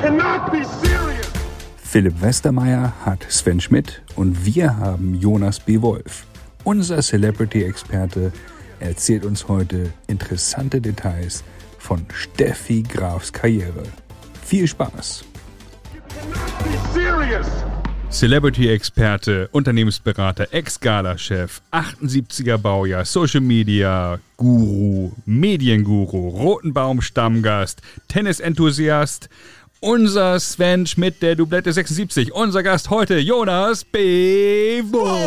cannot be serious. Philipp Westermeier hat Sven Schmidt und wir haben Jonas B. Wolf. Unser Celebrity-Experte erzählt uns heute interessante Details von Steffi Grafs Karriere. Viel Spaß! Cannot be serious. Celebrity-Experte, Unternehmensberater, Ex-Gala-Chef, 78er Baujahr, Social Media, Guru, Medienguru, Rotenbaum-Stammgast, Tennis-Enthusiast, unser Sven Schmidt der Dublette 76, unser Gast heute Jonas B. Wolf.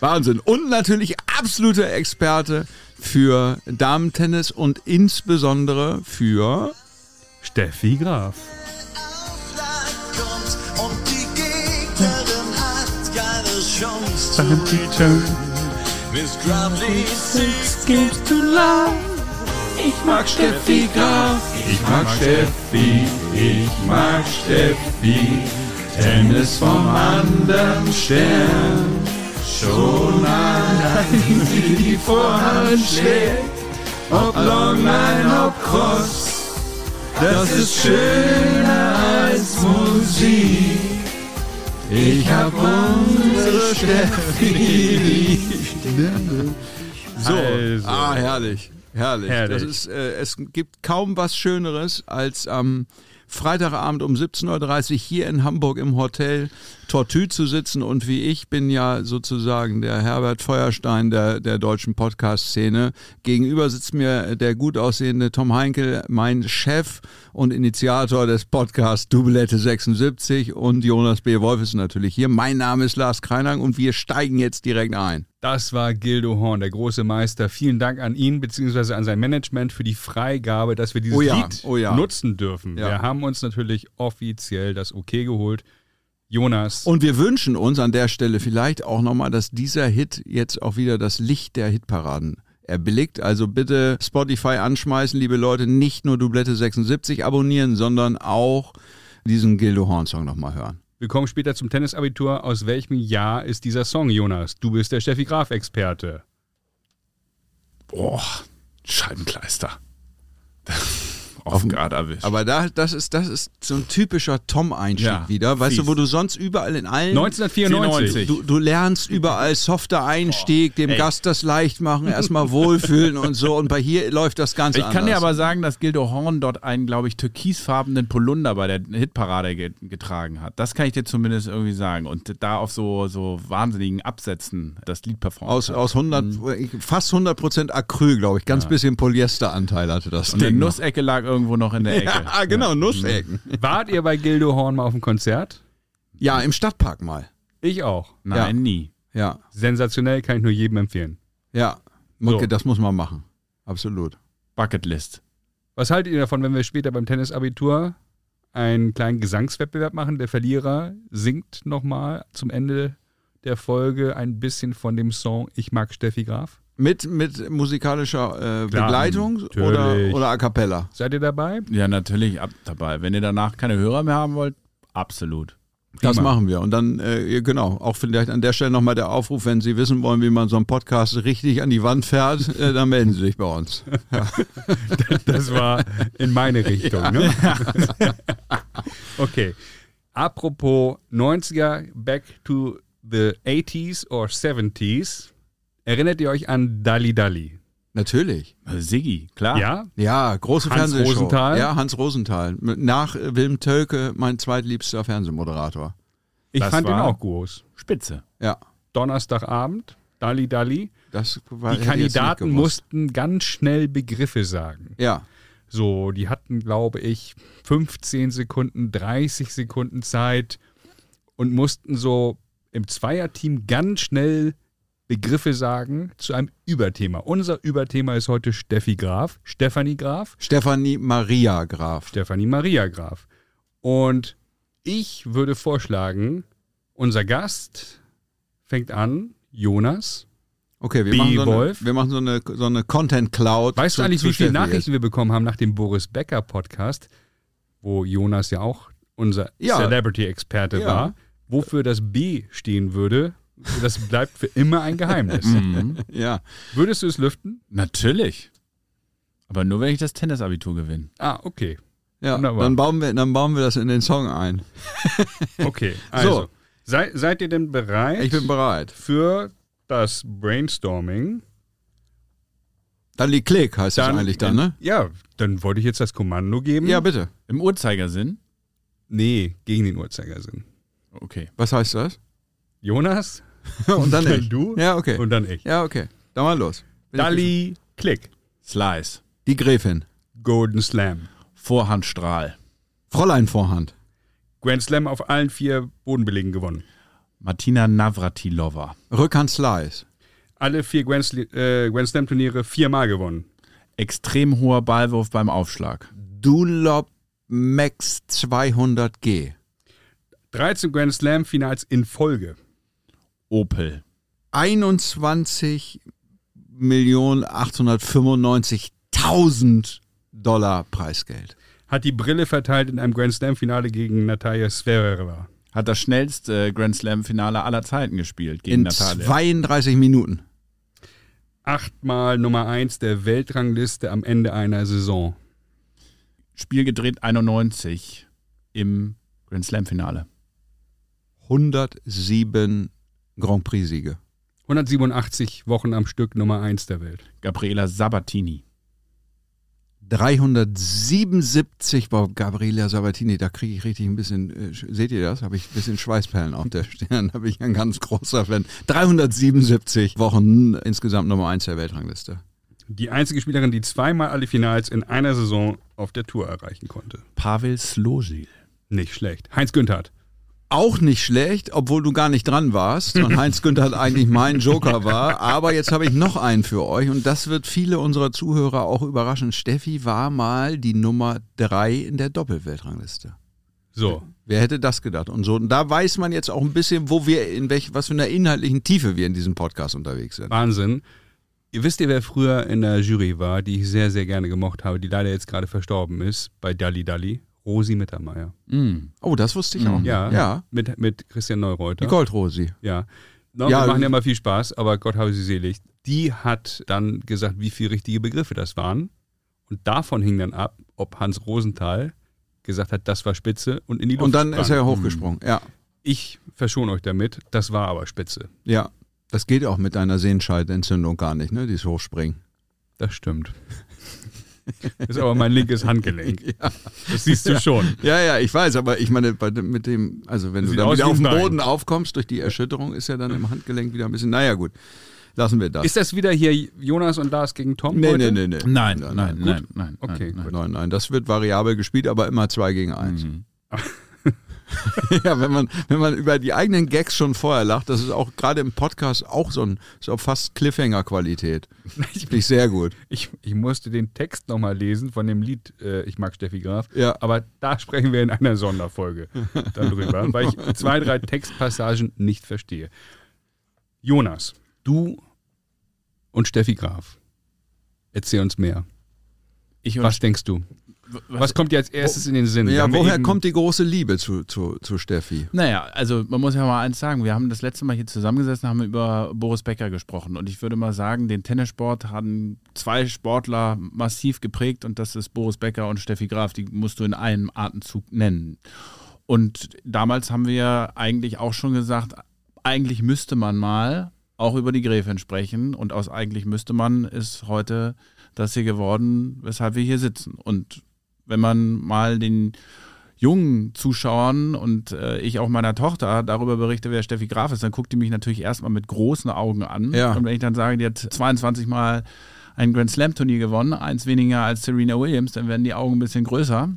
Wahnsinn. Und natürlich absoluter Experte für Damentennis und insbesondere für Steffi Graf. aufkommt und die Gegnerin hat keine Chance zu Miss Grumbly sieht Ich mag Steffi Graf, ich mag Steffi, ich mag Steffi. Tennis vom anderen Stern, schon allein wie die Vorhand schlägt. Ob Longline, ob Cross, das ist schöner als Musik. Ich hab unsere Steffi lieb. So, Also. ah, herrlich. Herrlich. Herrlich. Das ist, äh, es gibt kaum was Schöneres als am Freitagabend um 17.30 Uhr hier in Hamburg im Hotel Tortue zu sitzen und wie ich bin ja sozusagen der Herbert Feuerstein der, der deutschen Podcast-Szene. Gegenüber sitzt mir der gut aussehende Tom Heinkel, mein Chef und Initiator des Podcasts Doublette 76 und Jonas B. Wolf ist natürlich hier. Mein Name ist Lars Kreinang und wir steigen jetzt direkt ein. Das war Gildo Horn, der große Meister. Vielen Dank an ihn bzw. an sein Management für die Freigabe, dass wir dieses Oh ja, Lied oh ja. nutzen dürfen. Ja. Wir haben uns natürlich offiziell das Okay geholt. Jonas, Und wir wünschen uns an der Stelle vielleicht auch nochmal, dass dieser Hit jetzt auch wieder das Licht der Hitparaden erblickt. Also bitte Spotify anschmeißen, liebe Leute, nicht nur Dublette 76 abonnieren, sondern auch diesen Gildo Horn Song nochmal hören. wir kommen später zum Tennisabitur. Aus welchem Jahr ist dieser Song, Jonas? Du bist der Steffi Graf-Experte. Boah, Scheibenkleister. Auf Grad erwischt. Aber da, das ist, das ist so ein typischer Tom-Einstieg Ja, wieder. Weißt du, fies. wo du sonst überall in allen 1994. Du, du lernst überall softer Einstieg, Oh, dem Gast das leicht machen, erstmal wohlfühlen und so. Und bei hier läuft das Ganze ich anders. kann dir aber sagen, dass Gildo Horn dort einen, glaube ich, türkisfarbenen Polunder bei der Hitparade ge getragen hat. Das kann ich dir zumindest irgendwie sagen. Und da auf so, so wahnsinnigen Absätzen das Lied performt. Aus, hat. aus 100, Mhm. fast 100% Acryl, glaube ich. Ganz bisschen Polyesteranteil hatte das Und eine Ding. ne? Nussecke lag irgendwo noch in der Ecke. ja, genau, Nussecken. Wart ihr bei Gildo Horn mal auf dem Konzert? Ja, im Stadtpark mal. Ich auch. Nein, nie. Ja, Sensationell, kann ich nur jedem empfehlen. ja. Mucke, So. das muss man machen. Absolut. Bucketlist. Was haltet ihr davon, wenn wir später beim Tennisabitur einen kleinen Gesangswettbewerb machen? Der Verlierer singt nochmal zum Ende der Folge ein bisschen von dem Song Ich mag Steffi Graf. Mit, mit musikalischer äh, Klar, Begleitung oder, natürlich. oder A Cappella? Seid ihr dabei? Ja, natürlich ab dabei. Wenn ihr danach keine Hörer mehr haben wollt, absolut. Das Prima. machen wir. Und dann, äh, ihr- genau, auch vielleicht an der Stelle nochmal der Aufruf, wenn Sie wissen wollen, wie man so einen Podcast richtig an die Wand fährt, äh, dann melden Sie sich bei uns. Das war in meine Richtung. Ne? okay. Apropos 90er, back to the 80s or 70s. Erinnert ihr euch an Dali Dali? Natürlich. Siggi, Ah, klar. Ja? Ja, große Hans Fernsehshow. Rosenthal? Ja, Hans Rosenthal. M- Nach äh, Wilm Tölke, mein zweitliebster Fernsehmoderator. Ich Das fand ihn war- auch groß. Spitze. Ja, Donnerstagabend, Dali Dali. das war Die hätte ich jetzt nicht Kandidaten gewusst. mussten ganz schnell Begriffe sagen. Ja, So, die hatten, glaube ich, 15 Sekunden, 30 Sekunden Zeit und mussten so im Zweierteam ganz schnell Begriffe sagen zu einem Überthema. Unser Überthema ist heute Steffi Graf, Stefanie Graf, Stefanie Maria Graf. Stefanie Maria Graf. Und ich würde vorschlagen, unser Gast fängt an, Jonas. Okay, wir B. machen, so eine, Wolf. wir machen so eine, so eine Content Cloud. Weißt zu- du eigentlich, zu wie viele Steffi Nachrichten wir bekommen haben nach dem Boris Becker Podcast, wo Jonas ja auch unser Ja. Celebrity-Experte Ja. war, wofür das B stehen würde? Das Mhm. bleibt für immer ein Geheimnis. jetzt. Ja, Würdest du es lüften? Natürlich. Aber nur wenn ich das Tennisabitur gewinne. Ah, okay. Ja, Wunderbar. dann bauen, wir, dann bauen wir das in den Song ein. Okay, also. So. Sei, seid ihr denn bereit Ich bin bereit. für das Brainstorming? Dann die Klick heißt das eigentlich dann, ne? Ja, dann wollte ich jetzt das Kommando geben. Ja, bitte. Im Uhrzeigersinn? nee, gegen den Uhrzeigersinn. Okay. Was heißt das? Jonas, Und dann, dann ich. du Ja, okay. und dann ich. Ja, okay. Dann mal los. Bin ich Dali, Klick, Slice. gespannt. Die Gräfin. Golden Slam. Vorhandstrahl. Fräulein Vorhand. Grand Slam auf allen vier Bodenbelegen gewonnen. Martina Navratilova. Rückhand Slice. Alle vier Grand, Sli- äh, Grand Slam Turniere viermal gewonnen. Extrem hoher Ballwurf beim Aufschlag. Dunlop Max 200G. 13 Grand Slam Finals in Folge. Opel. 21 Millionen 895.000 Dollar Preisgeld. Hat die Brille verteilt in einem Grand Slam Finale gegen Natalia Sverreva. Hat das schnellste äh, Grand Slam-Finale aller Zeiten gespielt gegen In Natalia. 32 Minuten. Achtmal Nummer eins der Weltrangliste am Ende einer Saison. Spiel gedreht 91 im Grand Slam-Finale. 107 Grand Prix-Siege. 187 Wochen am Stück Nummer eins der Welt. Gabriela Sabatini. 377 bei Gabriela Sabatini, da kriege ich richtig ein bisschen, äh, sch- seht ihr das? Habe ich ein bisschen Schweißperlen auf der Stirn, da bin ich ein ganz großer Fan. 377 Wochen insgesamt Nummer 1 der Weltrangliste. Die einzige Spielerin, die zweimal alle Finals in einer Saison auf der Tour erreichen konnte. Pavel Slosil. Nicht schlecht. Heinz Günthert. Auch nicht schlecht, obwohl du gar nicht dran warst und Heinz Günther eigentlich mein Joker war, aber jetzt habe ich noch einen für euch und das wird viele unserer Zuhörer auch überraschen. Steffi war mal die Nummer 3 in der Doppelweltrangliste. So. Wer hätte das gedacht? Und so, und da weiß man jetzt auch ein bisschen, wo wir in welch, was für einer inhaltlichen Tiefe wir in diesem Podcast unterwegs sind. Wahnsinn. Ihr wisst ihr, wer früher in der Jury war, die ich sehr, sehr gerne gemocht habe, die leider jetzt gerade verstorben ist, bei Dalli Dalli? Rosi Mittermeier. Mm. Oh, das wusste ich auch. Ja. ja. Mit, mit Christian Neureuter. Die Goldrosi. Ja. No, Ja, wir machen äh, ja immer viel Spaß, aber Gott habe sie selig. Die hat dann gesagt, wie viele richtige Begriffe das waren. Und davon hing dann ab, ob Hans Rosenthal gesagt hat, das war Spitze und in die Luft Und dann sprang. ist er hochgesprungen. Ja. Ich verschone euch damit, das war aber Spitze. Ja. Das geht auch mit deiner Sehenscheidenentzündung gar nicht, ne? Dieses Hochspringen. Das stimmt. ist aber mein linkes Handgelenk. Das siehst du schon. Ja, ja, ich weiß, aber ich meine, bei, dem- mit dem, also wenn Sieht du dann aus wieder wie auf den ein Bein. Boden aufkommst durch die Erschütterung, ist ja dann im Handgelenk wieder ein bisschen, naja gut, lassen wir das. Ist das wieder hier Jonas und Lars gegen Tom? nee, heute? nee, nee, nee. Nein, nein, nein, gut. nein, nein. Okay, nein. gut. Nein, nein, das wird variabel gespielt, aber immer zwei gegen eins. Mhm. Ja, wenn man, wenn man über die eigenen Gags schon vorher lacht, das ist auch gerade im Podcast auch so ein so fast Cliffhanger-Qualität. Finde ich sehr gut. Ich, ich musste den Text nochmal lesen von dem Lied äh, Ich mag Steffi Graf. Ja. Aber da sprechen wir in einer Sonderfolge darüber, weil ich zwei, drei Textpassagen nicht verstehe. Jonas, du und Steffi Graf, erzähl uns mehr. Ich und Was denkst du? Was kommt dir als erstes in den Sinn? Wir Ja, haben woher eben- kommt die große Liebe zu, zu, zu Steffi? Naja, also man muss ja mal eins sagen, wir haben das letzte Mal hier zusammengesessen, haben über Boris Becker gesprochen und ich würde mal sagen, den Tennissport haben zwei Sportler massiv geprägt und das ist Boris Becker und Steffi Graf, die musst du in einem Atemzug nennen. Und damals haben wir eigentlich auch schon gesagt, eigentlich müsste man mal auch über die Gräfin sprechen und aus eigentlich müsste man ist heute das hier geworden, weshalb wir hier sitzen. Und wenn man mal den jungen Zuschauern und äh, ich auch meiner Tochter darüber berichte, wer Steffi Graf ist, dann guckt die mich natürlich erstmal mit großen Augen an. Ja. Und wenn ich dann sage, die hat 22 Mal ein Grand Slam Turnier gewonnen, eins weniger als Serena Williams, dann werden die Augen ein bisschen größer.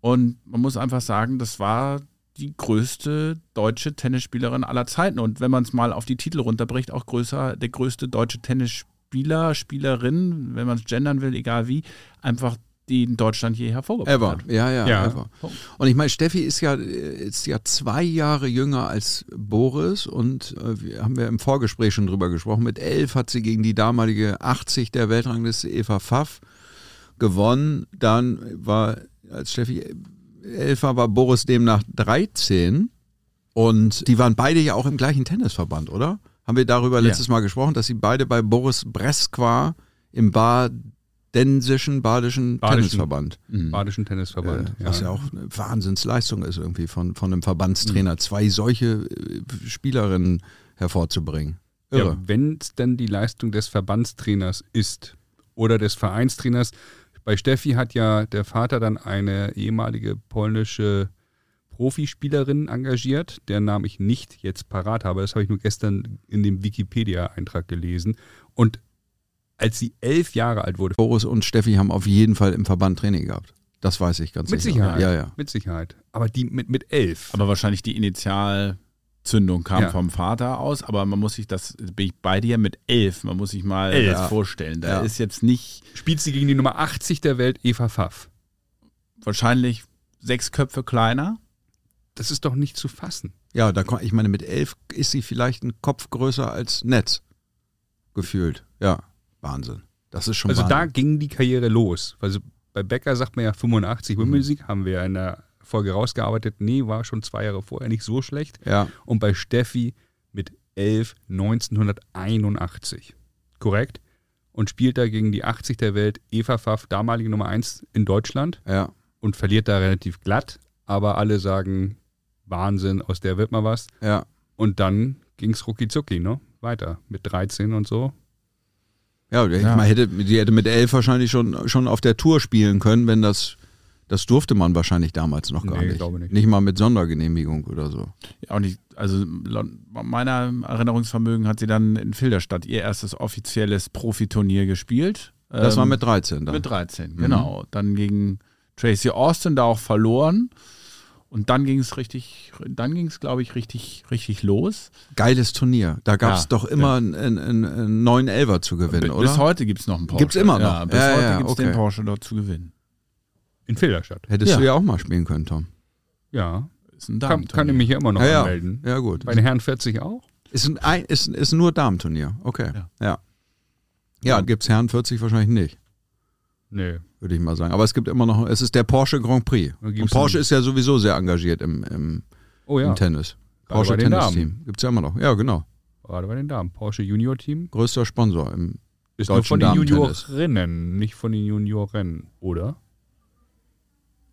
Und man muss einfach sagen, das war die größte deutsche Tennisspielerin aller Zeiten. Und wenn man es mal auf die Titel runterbricht, auch größer, der größte deutsche Tennisspieler, Spielerin, wenn man es gendern will, egal wie, einfach die in Deutschland je hervorgebracht Ever. hat. Ja, ja, Ja. ever. Und ich meine, Steffi ist ja, äh, ist ja zwei Jahre jünger als Boris und äh, wir haben wir im Vorgespräch schon drüber gesprochen. Mit elf hat sie gegen die damalige 80 der Weltrangliste Eva Pfaff gewonnen. Dann war, als Steffi elf war, war Boris demnach 13. Und die waren beide ja auch im gleichen Tennisverband, oder? Haben wir darüber letztes Mal gesprochen, dass sie beide bei Boris Breskwa im Bar dänisischen badischen Badischen. Tennisverband. Badischen Tennisverband. Äh, Was ja auch eine Wahnsinnsleistung ist, irgendwie von, von einem Mhm. Verbandstrainer, zwei solche äh, Spielerinnen hervorzubringen. Irre. Ja, wenn es denn die Leistung des Verbandstrainers ist oder des Vereinstrainers. Bei Steffi hat ja der Vater dann eine ehemalige polnische Profispielerin engagiert, deren Namen ich nicht jetzt parat habe. Das habe ich nur gestern in dem Wikipedia-Eintrag gelesen. Und als sie elf Jahre alt wurde, Boris und Steffi haben auf jeden Fall im Verband Training gehabt. Das weiß ich ganz mit sicher. Sicherheit, Ja, ja. mit Sicherheit. Aber die mit, mit elf. Aber wahrscheinlich die Initialzündung kam Ja. vom Vater aus, aber man muss sich das, bin ich bei dir mit elf, man muss sich mal Elf. das vorstellen. Da Ja. ist jetzt nicht spielt sie gegen die Nummer 80 der Welt, Eva Pfaff. wahrscheinlich sechs Köpfe kleiner. Das ist doch nicht zu fassen. Ja, da, kon- ich meine, mit elf ist sie vielleicht ein Kopf größer als Netz. Gefühlt. Ja, Wahnsinn. Das ist schon Also da Um Wahnsinn. ging die Karriere los. Also bei Becker sagt man ja 85 Mhm. Wimmelsieg, haben wir in der Folge rausgearbeitet. Nee, war schon zwei Jahre vorher nicht so schlecht. Ja, Und bei Steffi mit 11 1981. Korrekt? Und spielt da gegen die 80 der Welt, Eva Pfaff, damalige Nummer 1 in Deutschland ja. und verliert da relativ glatt. Aber alle sagen, Wahnsinn, aus der wird mal was. Ja, Und dann ging es rucki zucki, ne? Weiter mit 13 und so. ja, ich Ja. Mal hätte, die hätte mit elf wahrscheinlich schon, schon auf der Tour spielen können, wenn das, das durfte man wahrscheinlich damals noch gar Nee, ich nicht. glaube nicht. Nicht mal mit Sondergenehmigung oder so. Ja, auch nicht, also laut meiner Erinnerungsvermögen hat sie dann in Filderstadt ihr erstes offizielles Profiturnier gespielt. Das Ähm, war mit Mhm. 13 dann. Mit 13, genau. Dann gegen Tracy Austin da auch verloren. Und dann ging es richtig, dann ging es, glaube ich, richtig, richtig los. Geiles Turnier. Da gab es Ja, doch immer einen, einen, einen- einen neuen Elfer zu gewinnen, Bi- oder? Bis heute gibt es noch einen Porsche. Gibt's immer noch? Ja, bis Ja, heute ja, gibt es okay. den Porsche dort zu gewinnen. In Filderstadt. Hättest Ja. du ja auch mal spielen können, Tom. Ja. Ist ein Kann, kann ich mich ja immer noch ja, ja. anmelden. ja, gut. Bei den Herren 40 auch? Ist, ein, ein, ist, ein- ist ein nur Damenturnier. Okay. Ja. Ja. Ja, gibt es Herren 40 wahrscheinlich nicht, Nee. würde ich mal sagen. Aber es gibt immer noch, es ist der Porsche Grand Prix. Dann Und gibt's Porsche einen- ist ja sowieso sehr engagiert im, im, Oh ja, im Tennis. Gerade Porsche bei den Tennis-Team. Gibt es ja immer noch. Ja, genau. gerade bei den Damen. Porsche Junior Team Größter Sponsor im ist Deutschen nur von den Damen-Tennis. Juniorinnen, nicht von den Juniorinnen, oder?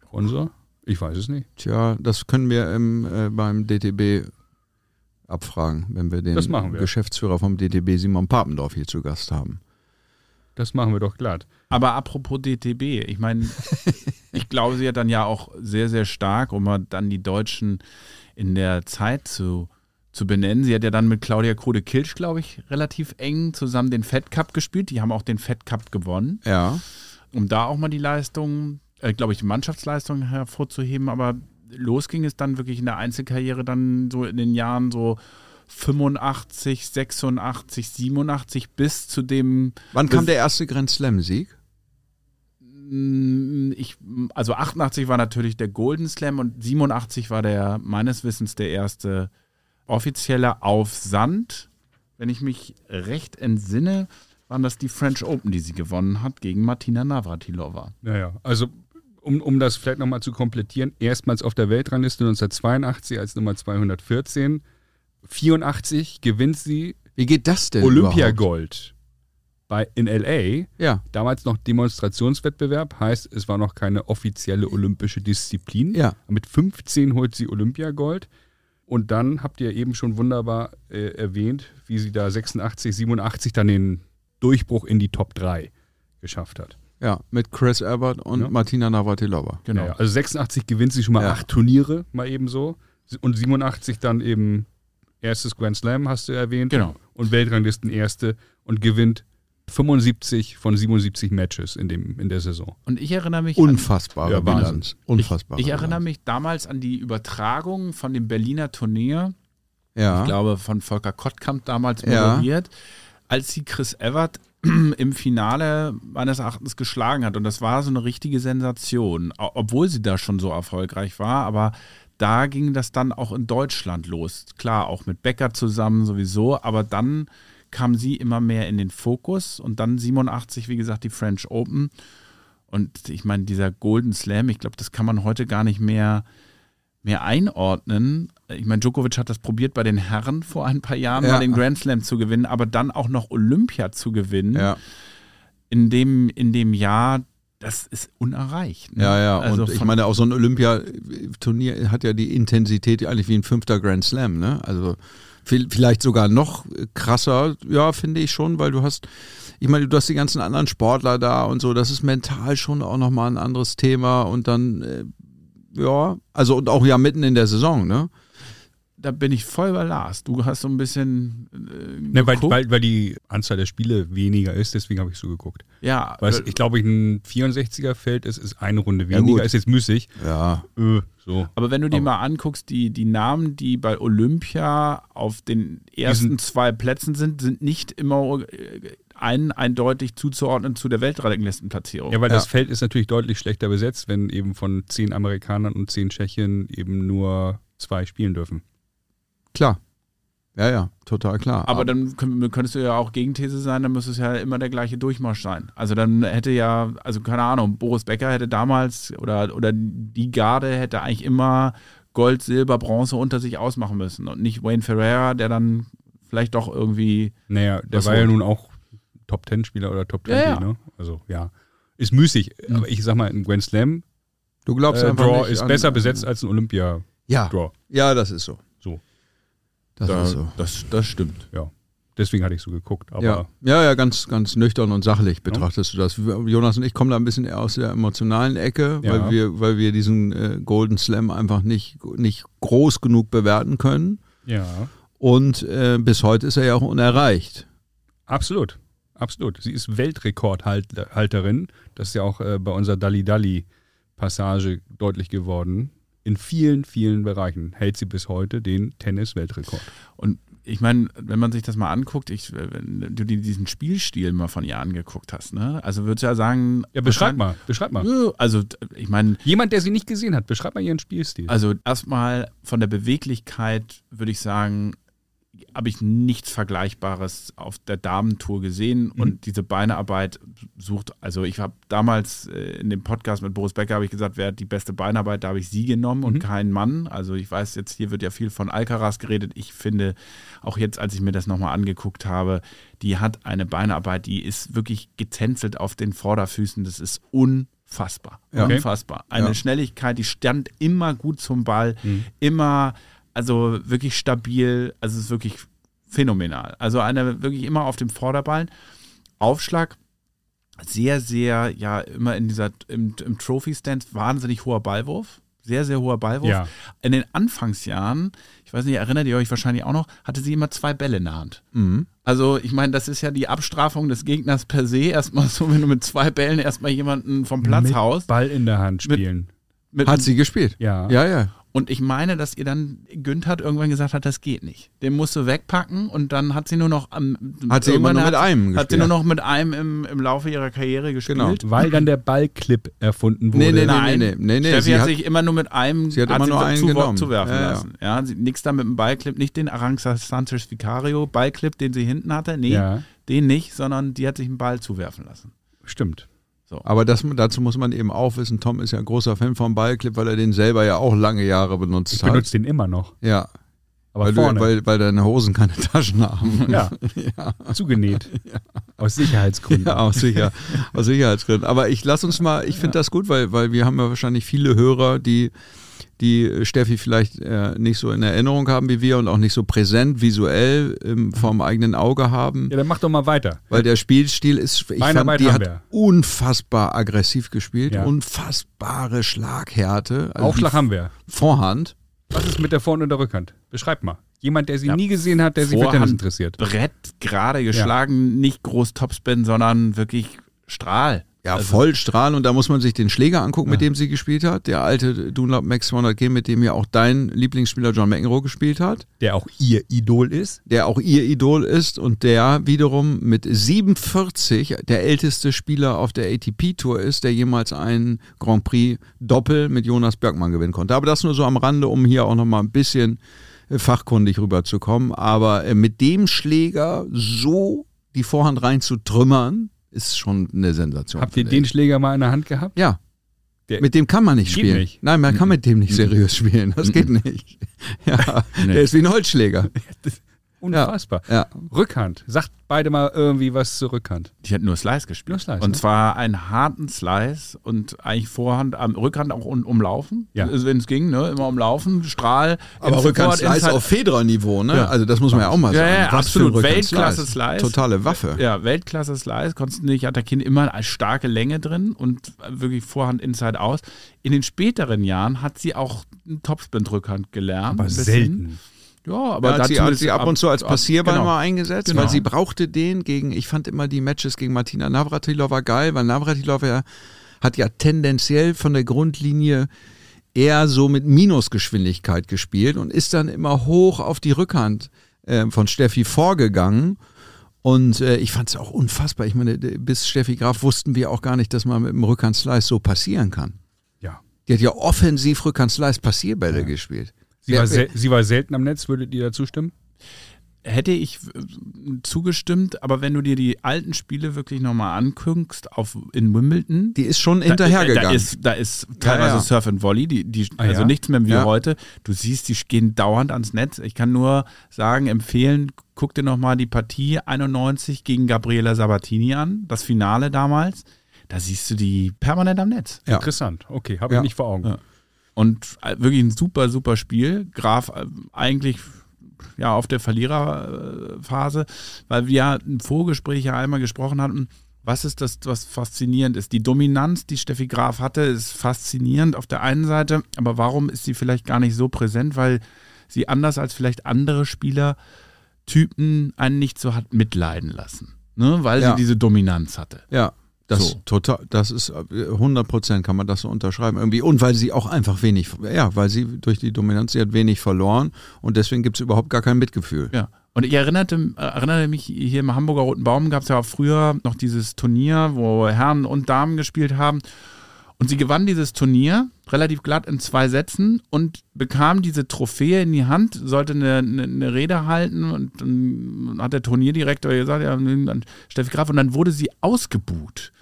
Sponsor? Ich weiß es nicht. Tja, das können wir im, äh, beim DTB abfragen, wenn wir den Das machen wir. Geschäftsführer vom DTB Simon Papendorf hier zu Gast haben. Das machen wir doch glatt. Aber apropos DTB, ich meine, ich glaube, sie hat dann ja auch sehr, sehr stark, um mal dann die Deutschen in der Zeit zu, zu benennen. Sie hat ja dann mit Claudia Krode-Kilsch, glaube ich, relativ eng zusammen den Fed Cup gespielt. Die haben auch den Fed Cup gewonnen, Ja, um da auch mal die Leistung, äh, glaube ich, die Mannschaftsleistung hervorzuheben. Aber los ging es dann wirklich in der Einzelkarriere dann so in den Jahren so 85, 86, 87 bis zu dem Wann Das- kam der erste Grand Slam-Sieg? Mm, Ich, also 88 war natürlich der Golden Slam und 87 war der meines Wissens der erste offizielle auf Sand. Wenn ich mich recht entsinne, waren das die French Open, die sie gewonnen hat gegen Martina Navratilova. Naja, also um, um das vielleicht nochmal zu komplettieren, erstmals auf der Weltrangliste 1982 als Nummer 214. 84 gewinnt sie Wie geht das denn? überhaupt? Olympiagold bei, in L.A. Ja, damals noch Demonstrationswettbewerb, heißt, es war noch keine offizielle olympische Disziplin. Ja. Mit 15 holt sie Olympiagold. Und dann habt ihr eben schon wunderbar äh, erwähnt, wie sie da 86, 87 dann den Durchbruch in die Top 3 geschafft hat. ja, mit Chris Abbott und Ja. Martina Navratilova. Genau. Naja, also 86 gewinnt sie schon mal Ja. acht Turniere, mal eben so. Und 87 dann eben erstes Grand Slam, hast du erwähnt. Genau. Und Weltranglisten erste und gewinnt 75 von 77 Matches in, dem, in der Saison. Und ich erinnere mich an, Unfassbare Ja, Wahnsinn. Bilanz. Unfassbare ich erinnere Bilanz. mich damals an die Übertragung von dem Berliner Turnier Ja. ich glaube, von Volker Kottkamp damals Ja. moderiert, als sie Chris Evert im Finale meines Erachtens geschlagen hat. Und das war so eine richtige Sensation, o- obwohl sie da schon so erfolgreich war. Aber da ging das dann auch in Deutschland los. Klar, auch mit Becker zusammen sowieso, aber dann kam sie immer mehr in den Fokus und dann 87, wie gesagt, die French Open. Und ich meine, dieser Golden Slam, ich glaube, das kann man heute gar nicht mehr mehr einordnen. Ich meine, Djokovic hat das probiert, bei den Herren vor ein paar Jahren Ja. mal den Grand Slam zu gewinnen, aber dann auch noch Olympia zu gewinnen. ja. in dem, in dem Jahr, das ist unerreicht. ne? Ja, ja, Also und ich von- meine, auch so ein Olympiaturnier hat ja die Intensität eigentlich wie ein fünfter Grand Slam, ne? Also viel- vielleicht sogar noch krasser, ja, finde ich schon, weil du hast, ich meine, du hast die ganzen anderen Sportler da und so, das ist mental schon auch nochmal ein anderes Thema und dann, äh, ja, also und auch ja mitten in der Saison, ne? da bin ich voll bei Lars. Du hast so ein bisschen. Äh, Ne, weil, geguckt. weil, weil die Anzahl der Spiele weniger ist, deswegen habe ich so geguckt. ja, Weil es, äh, ich glaube, ein 64er-Feld ist, ist eine Runde weniger, gut. ist jetzt müßig. Ja. Äh, so. aber wenn du dir mal anguckst, die, die Namen, die bei Olympia auf den ersten zwei Plätzen sind, sind nicht immer äh, ein, eindeutig zuzuordnen zu der Weltranglistenplatzierung. Ja, weil Ja. das Feld ist natürlich deutlich schlechter besetzt, wenn eben von zehn Amerikanern und zehn Tschechen eben nur zwei spielen dürfen. Klar. Ja, ja, total klar. Aber dann könnt- könntest du ja auch Gegenthese sein, dann müsste es ja immer der gleiche Durchmarsch sein. Also dann hätte ja, also keine Ahnung, Boris Becker hätte damals oder, oder die Garde hätte eigentlich immer Gold, Silber, Bronze unter sich ausmachen müssen und nicht Wayne Ferreira, der dann vielleicht doch irgendwie. Naja, der Was war ja wollt? nun auch Top Ten Spieler oder Top 20, Ja, ja. ne? Also ja. Ist müßig. Aber ich sag mal, ein Grand Slam du Hm. glaubst äh, einfach Draw nicht ist an- besser besetzt als ein Olympia Ja, Draw. ja, das ist so. So. Das ist so. das, das stimmt. Ja. Deswegen hatte ich so geguckt. Aber Ja, ja, ja ganz, ganz nüchtern und sachlich betrachtest du das. Wir- Jonas und ich kommen da ein bisschen eher aus der emotionalen Ecke, Ja. weil, wir, weil wir diesen äh, Golden Slam einfach nicht, nicht groß genug bewerten können. ja. Und äh, bis heute ist er ja auch unerreicht. Absolut. Absolut. Sie ist Weltrekordhalterin. Das ist ja auch äh, bei unserer Dalli Dalli Passage deutlich geworden. In vielen, vielen Bereichen hält sie bis heute den Tennis-Weltrekord. Und ich meine, wenn man sich das mal anguckt, ich, äh, wenn du dir diesen Spielstil mal von ihr angeguckt hast, ne? Also würdest du ja sagen. Ja, beschreib mal, beschreib mal. Also ich meine, Jemand, der sie nicht gesehen hat, beschreib mal ihren Spielstil. Also erstmal von der Beweglichkeit würde ich sagen, habe ich nichts Vergleichbares auf der Damentour gesehen und diese Beinarbeit sucht, also ich habe damals äh, in dem Podcast mit Boris Becker habe ich gesagt, wer hat die beste Beinarbeit, da habe ich sie genommen und keinen Mann. Also ich weiß jetzt, hier wird ja viel von Alcaraz geredet. Ich finde, auch jetzt, als ich mir das nochmal angeguckt habe, die hat eine Beinarbeit, die ist wirklich gezänzelt auf den Vorderfüßen. Das ist unfassbar. Okay. Unfassbar. Eine Ja. Schnelligkeit, die stand immer gut zum Ball, Mhm. immer, also wirklich stabil. Also es ist wirklich phänomenal. Also eine wirklich immer auf dem Vorderballen. Aufschlag sehr, sehr, ja, immer in dieser, im, im Trophy-Stand wahnsinnig hoher Ballwurf. Sehr, sehr hoher Ballwurf. Ja. In den Anfangsjahren, ich weiß nicht, erinnert ihr euch wahrscheinlich auch noch, hatte sie immer zwei Bälle in der Hand. Mhm. Also, ich meine, das ist ja die Abstrafung des Gegners per se. Erstmal so, wenn du mit zwei Bällen erstmal jemanden vom Platz haust. Ball in der Hand Mit- spielen. Mit, Hat sie gespielt? Ja. Ja, ja. und ich meine, dass ihr dann Günther irgendwann gesagt hat, das geht nicht. Den musst du wegpacken und dann hat sie nur noch am. Hat sie irgendwann immer nur mit einem Hat sie gespielt. nur noch mit einem im, im Laufe ihrer Karriere gespielt. Genau. Weil dann der Ballclip erfunden wurde. Nee, nee, nee. Nein, nee, Steffi sie hat hat- sich immer nur mit einem sie hat immer nur einen zu, genommen. zu werfen Ja, ja. lassen. Ja, sie, nix da mit dem Ballclip, nicht den Aranxa Sanchez Vicario Ballclip, den sie hinten hatte, nee, Ja. den nicht, sondern die hat sich einen Ball zuwerfen lassen. Stimmt. Aber das, dazu muss man eben auch wissen, Tom ist ja ein großer Fan vom Ballclip, weil er den selber ja auch lange Jahre benutzt Ich hat. benutze den immer noch. ja, Aber weil, du, vorne. weil, weil deine Hosen keine Taschen haben. ja. Zugenäht. Aus Sicherheitsgründen. Ja, aus, Sicher aus Sicherheitsgründen. Aber ich lass uns mal, ich finde das gut, weil, weil wir haben ja wahrscheinlich viele Hörer, die, die Steffi vielleicht äh, nicht so in Erinnerung haben wie wir und auch nicht so präsent visuell ähm, vorm eigenen Auge haben. Mhm. Ja, dann mach doch mal weiter. Weil der Spielstil ist, ich fand, Beinarbeit die haben hat wir. unfassbar aggressiv gespielt, Ja. unfassbare Schlaghärte. Also Aufschlag die haben wir. Vorhand. Was ist mit der Vorn- und der Rückhand? Beschreib mal. Jemand, der sie nie gesehen hat, der sich für Vorhand, Tennis interessiert. Brett gerade geschlagen, nicht groß Topspin, sondern wirklich Strahl. Ja, Also voll strahlen und da muss man sich den Schläger angucken, mit dem sie gespielt hat. Der alte Dunlop Max 200G, mit dem ja auch dein Lieblingsspieler John McEnroe gespielt hat. Der auch ihr Idol ist. der auch ihr Idol ist und der wiederum mit 47 der älteste Spieler auf der ATP-Tour ist, der jemals einen Grand Prix Doppel mit Jonas Bergmann gewinnen konnte. Aber das nur so am Rande, um hier auch nochmal ein bisschen äh, fachkundig rüberzukommen. Aber äh, mit dem Schläger so die Vorhand rein zu trümmern, ist schon eine Sensation. Habt ihr finde den ich. Schläger mal in der Hand gehabt? Ja. Der- mit dem kann man nicht Geht spielen. nicht. Mhm. Nein, man kann mit dem nicht seriös spielen. Das geht nicht. Ja, Nee. Der ist wie ein Holzschläger. Unfassbar. Ja. Rückhand. Sagt beide mal irgendwie was zur Rückhand. Ich hätte nur Slice gespielt. Nur Slice, und ne? zwar einen harten Slice und eigentlich Vorhand, am Rückhand auch um, umlaufen. Ja. Also Wenn es ging, ne? Immer umlaufen, Strahl. Aber Instant Rückhand Forward, Slice Inside- auf Fedra-Niveau, ne? Ja. Also das muss man ja auch mal Ja, sagen. ja, Was für ein absolut. Rückhand Slice. Weltklasse-Slice. Totale Waffe. Ja, Weltklasse Slice, konntest nicht attackieren, immer eine starke Länge drin und wirklich Vorhand Inside aus. In den späteren Jahren hat sie auch einen Topspin-Rückhand gelernt. ein bisschen. Hm? Ja, aber Aber hat, da sie, hat zumindest sie ab und zu als ab- Passierball genau. mal eingesetzt, Genau. weil sie brauchte den gegen, ich fand immer die Matches gegen Martina Navratilova geil, weil Navratilova ja, hat ja tendenziell von der Grundlinie eher so mit Minusgeschwindigkeit gespielt und ist dann immer hoch auf die Rückhand äh, von Steffi vorgegangen. Und äh, ich fand es auch unfassbar. Ich meine, d- bis Steffi Graf wussten wir auch gar nicht, dass man mit dem Rückhandslice so passieren kann. Ja. Die hat ja offensiv Rückhandslice Passierbälle gespielt. Sie Wer- war, sel sie war selten am Netz, würdet ihr dazu stimmen? hätte ich äh, zugestimmt, aber wenn du dir die alten Spiele wirklich nochmal anguckst, auf, in Wimbledon, die ist schon Da, hinterhergegangen. da, ist, da ist teilweise Ja, ja. Surf and Volley, die, die, Ah, ja. also nichts mehr wie Ja. heute. Du siehst, die gehen dauernd ans Netz. Ich kann nur sagen, empfehlen, guck dir nochmal die Partie 91 gegen Gabriela Sabatini an, das Finale damals. Da siehst du die permanent am Netz. Ja. Interessant. Okay, habe Ja. ich nicht vor Augen. Ja. Und äh, wirklich ein super, super Spiel. Graf äh, eigentlich ja auf der Verliererphase, weil wir im Vorgespräch ja einmal gesprochen hatten, was ist das, was faszinierend ist? Die Dominanz, die Steffi Graf hatte, ist faszinierend auf der einen Seite, aber warum ist sie vielleicht gar nicht so präsent? Weil sie anders als vielleicht andere Spielertypen einen nicht so hat mitleiden lassen. Ne? Weil Ja. sie diese Dominanz hatte. Ja, das So. total, das ist äh, 100 Prozent kann man das so unterschreiben irgendwie und weil sie auch einfach wenig, ja, weil sie durch die Dominanz sie hat wenig verloren und deswegen gibt es überhaupt gar kein Mitgefühl. Ja. Und ich erinnerte, erinnerte mich, hier im Hamburger Roten Baum gab es ja früher noch dieses Turnier, wo Herren und Damen gespielt haben. Und sie gewann dieses Turnier relativ glatt in zwei Sätzen und bekam diese Trophäe in die Hand, sollte eine, eine, eine Rede halten und dann hat der Turnierdirektor gesagt, ja, nimm dann Steffi Graf, und dann wurde sie ausgebuht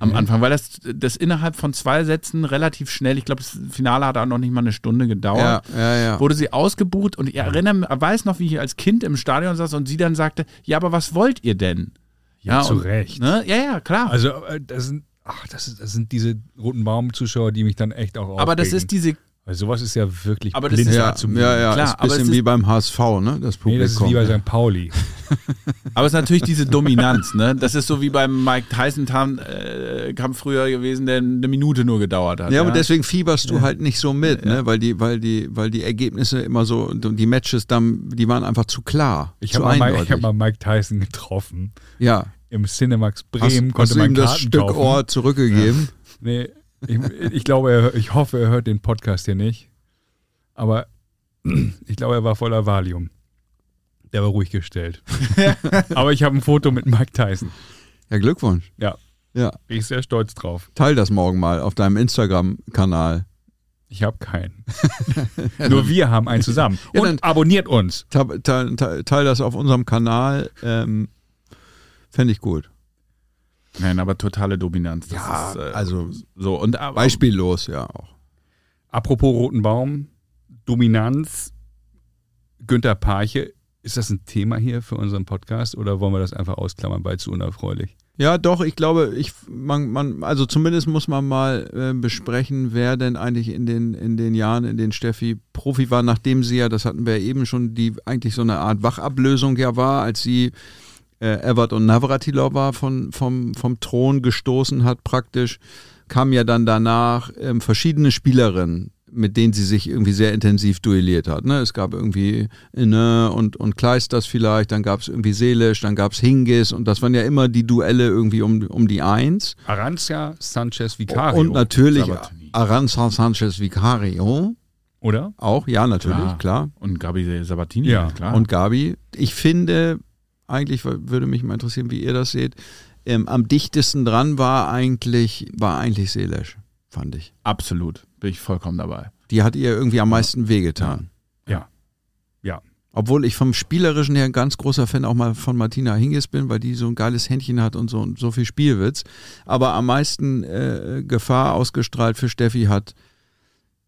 am Anfang, weil das, das innerhalb von zwei Sätzen relativ schnell, ich glaube, das Finale hat auch noch nicht mal eine Stunde gedauert Ja, ja, ja. wurde sie ausgebucht und ich erinnere, mich- weiß noch, wie ich als Kind im Stadion saß und sie dann sagte, ja, aber was wollt ihr denn? Ja, zu und, Recht. Ne? Ja, ja, klar. Also, äh, das sind, ach, das, ist, das sind diese roten Baum-Zuschauer, die mich dann echt auch aber das aufregen. ist diese, Weil sowas ist ja wirklich Aber das blind ist ja, zum ja, ja, Klar, ist ein aber es bisschen ist- wie beim HSV, ne? Das Publikum. Nee, das ist wie bei St. Pauli. aber es ist natürlich diese Dominanz, ne? Das ist so wie beim Mike Tyson Tan- äh, Kampf früher gewesen, der eine Minute nur gedauert hat. ja, und deswegen fieberst du halt nicht so mit, ne? Weil die, weil die, weil die Ergebnisse immer so, die Matches dann, die waren einfach zu klar, Ich zu habe mal, Mike- ich eindeutig. hab mal Mike Tyson getroffen. ja, Im Cinemax hast, Bremen hast konnte du man ihm das Karten Stück kaufen. Ohr zurückgegeben? Nee, ich, ich glaube, er, hör- ich hoffe, er hört den Podcast hier nicht. Aber ich glaube, er war voller Valium. Der war ruhig gestellt. Aber ich habe ein Foto mit Mike Tyson. Ja, Glückwunsch. Ja, Ja, bin ich sehr stolz drauf. teil das morgen mal auf deinem Instagram-Kanal. Ich habe keinen. Nur wir haben einen zusammen. Ja, Und dann- abonniert uns. Teil, teil, teil, teil das auf unserem Kanal. Ähm, Fände ich gut. Nein, aber totale Dominanz. Das ist, äh, also so und aber, beispiellos, ja auch. Apropos Roten Baum, Dominanz, Günther Parche. Ist das ein Thema hier für unseren Podcast oder wollen wir das einfach ausklammern, weil zu unerfreulich? Ja, doch, ich glaube, ich, man, man, also zumindest muss man mal äh, besprechen, wer denn eigentlich in den, in den Jahren, in denen Steffi Profi war, nachdem sie ja, das hatten wir ja eben schon, die eigentlich so eine Art Wachablösung ja war, als sie äh, Evert und Navratilova von, vom, vom Thron gestoßen hat praktisch, kamen ja dann danach ähm, verschiedene Spielerinnen, mit denen sie sich irgendwie sehr intensiv duelliert hat. Ne? Es gab irgendwie Inne und, und Kleisters vielleicht, dann gab es irgendwie Seelisch, dann gab es Hingis und das waren ja immer die Duelle irgendwie um, um die Eins. Arancia Sanchez Vicario. und natürlich Sabatini. Aranza Sanchez Vicario Oder? auch, ja natürlich, Klar. klar. und Gabi Sabatini, Ja. klar. Und Gabi, ich finde, eigentlich w- würde mich mal interessieren, wie ihr das seht, ähm, am dichtesten dran war eigentlich, war eigentlich Selesch, fand ich. absolut, bin ich vollkommen dabei. Die hat ihr irgendwie am meisten wehgetan. Ja. Ja. Obwohl ich vom Spielerischen her ein ganz großer Fan auch mal von Martina Hingis bin, weil die so ein geiles Händchen hat und so, und so viel Spielwitz. Aber am meisten äh, Gefahr ausgestrahlt für Steffi hat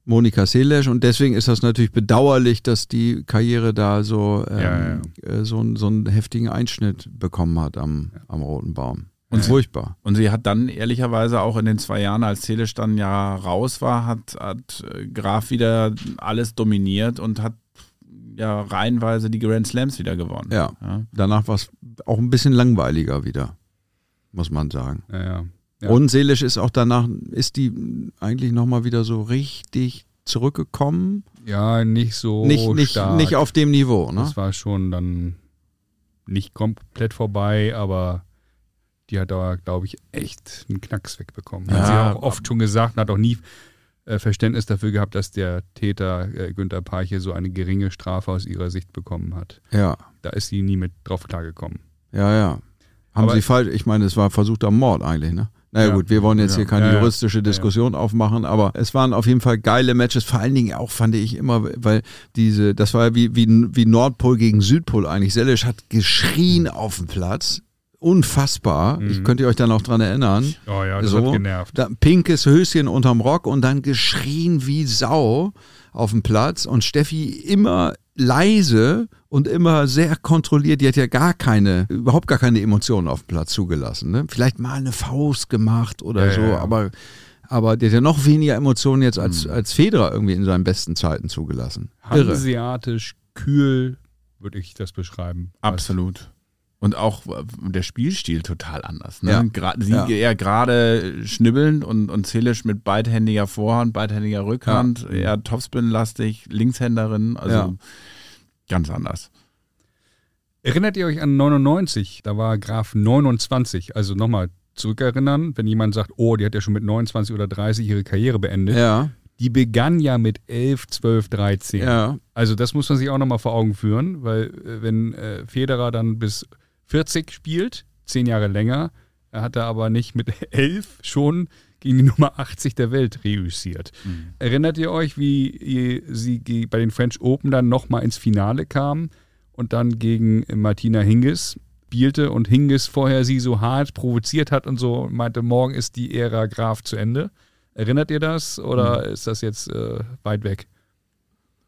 Monika Seles und deswegen ist das natürlich bedauerlich, dass die Karriere da so, ähm, Ja, Äh, so, einen- so einen heftigen Einschnitt bekommen hat am, am Roten Baum. Und furchtbar. Und sie hat dann ehrlicherweise auch in den zwei Jahren, als Telesch dann ja raus war, hat, hat äh, Graf wieder alles dominiert und hat ja reihenweise die Grand Slams wieder gewonnen. Ja. Danach war es auch ein bisschen langweiliger wieder, muss man sagen. Ja, ja. Ja. Und seelisch ist auch danach, ist die eigentlich nochmal wieder so richtig zurückgekommen. ja, nicht so nicht, nicht, Oh, stark. nicht auf dem Niveau, ne? Das war schon dann nicht komplett vorbei, aber die hat da, glaube ich, echt einen Knacks wegbekommen. Hat sie Ja. auch oft schon gesagt und hat auch nie äh, Verständnis dafür gehabt, dass der Täter äh, Günther Parche so eine geringe Strafe aus ihrer Sicht bekommen hat. Ja, Da ist sie nie mit drauf klargekommen. ja, ja. Haben Aber- sie falsch, ich meine, es war versuchter Mord eigentlich, ne? Naja Ja. gut, wir wollen jetzt hier keine Ja, ja. juristische Ja, ja. Diskussion aufmachen, aber es waren auf jeden Fall geile Matches, vor allen Dingen auch fand ich immer, weil diese, das war ja wie, wie, wie Nordpol gegen Südpol eigentlich. Selisch hat Mhm. geschrien auf dem Platz. Unfassbar. Ich könnte euch dann auch dran erinnern. Oh ja, das So. hat genervt. Da, pinkes Höschen unterm Rock und dann geschrien wie Sau auf dem Platz und Steffi immer leise und immer sehr kontrolliert. Die hat ja gar keine, überhaupt gar keine Emotionen auf dem Platz zugelassen. Ne? Vielleicht mal eine Faust gemacht oder Ja, so, ja, Hm. ja. aber aber der hat ja noch weniger Emotionen jetzt als, als Federer irgendwie in seinen besten Zeiten zugelassen. Irre. Hanseatisch, kühl, würde ich das beschreiben. Absolut. Und auch äh, der Spielstil total anders. Ne? Ja. Gra sie Ja. eher gerade schnibbeln und, und Zelisch mit beidhändiger Vorhand, beidhändiger Rückhand, eher Topspin-lastig, Linkshänderin, also Mhm. Ja. ganz anders. Erinnert ihr euch an 99? Da war Graf 29. Also nochmal zurückerinnern, wenn jemand sagt, oh, die hat ja schon mit 29 oder 30 ihre Karriere beendet. Ja, Die begann ja mit 11, 12, 13. ja, Also das muss man sich auch nochmal vor Augen führen, weil äh, wenn äh, Federer dann bis 40 spielt, 10 Jahre länger, er hat er aber nicht mit 11 schon gegen die Nummer 80 der Welt reüssiert. Erinnert ihr euch, wie ihr- sie ge- bei den French Open dann nochmal ins Finale kam und dann gegen Martina Hingis spielte und Hingis vorher sie so hart provoziert hat und so meinte, morgen ist die Ära Graf zu Ende? Erinnert ihr das oder ist das jetzt äh, weit weg?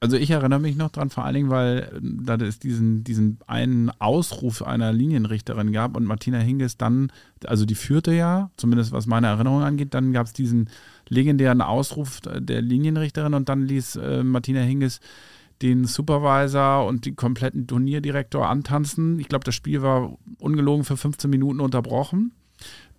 Also ich erinnere mich noch dran, vor allen Dingen, weil äh, da es diesen, diesen einen Ausruf einer Linienrichterin gab und Martina Hingis dann, also die führte ja, zumindest was meine Erinnerung angeht, dann gab es diesen legendären Ausruf äh, der Linienrichterin und dann ließ äh, Martina Hingis den Supervisor und den kompletten Turnierdirektor antanzen. Ich glaube, das Spiel war ungelogen für 15 Minuten unterbrochen.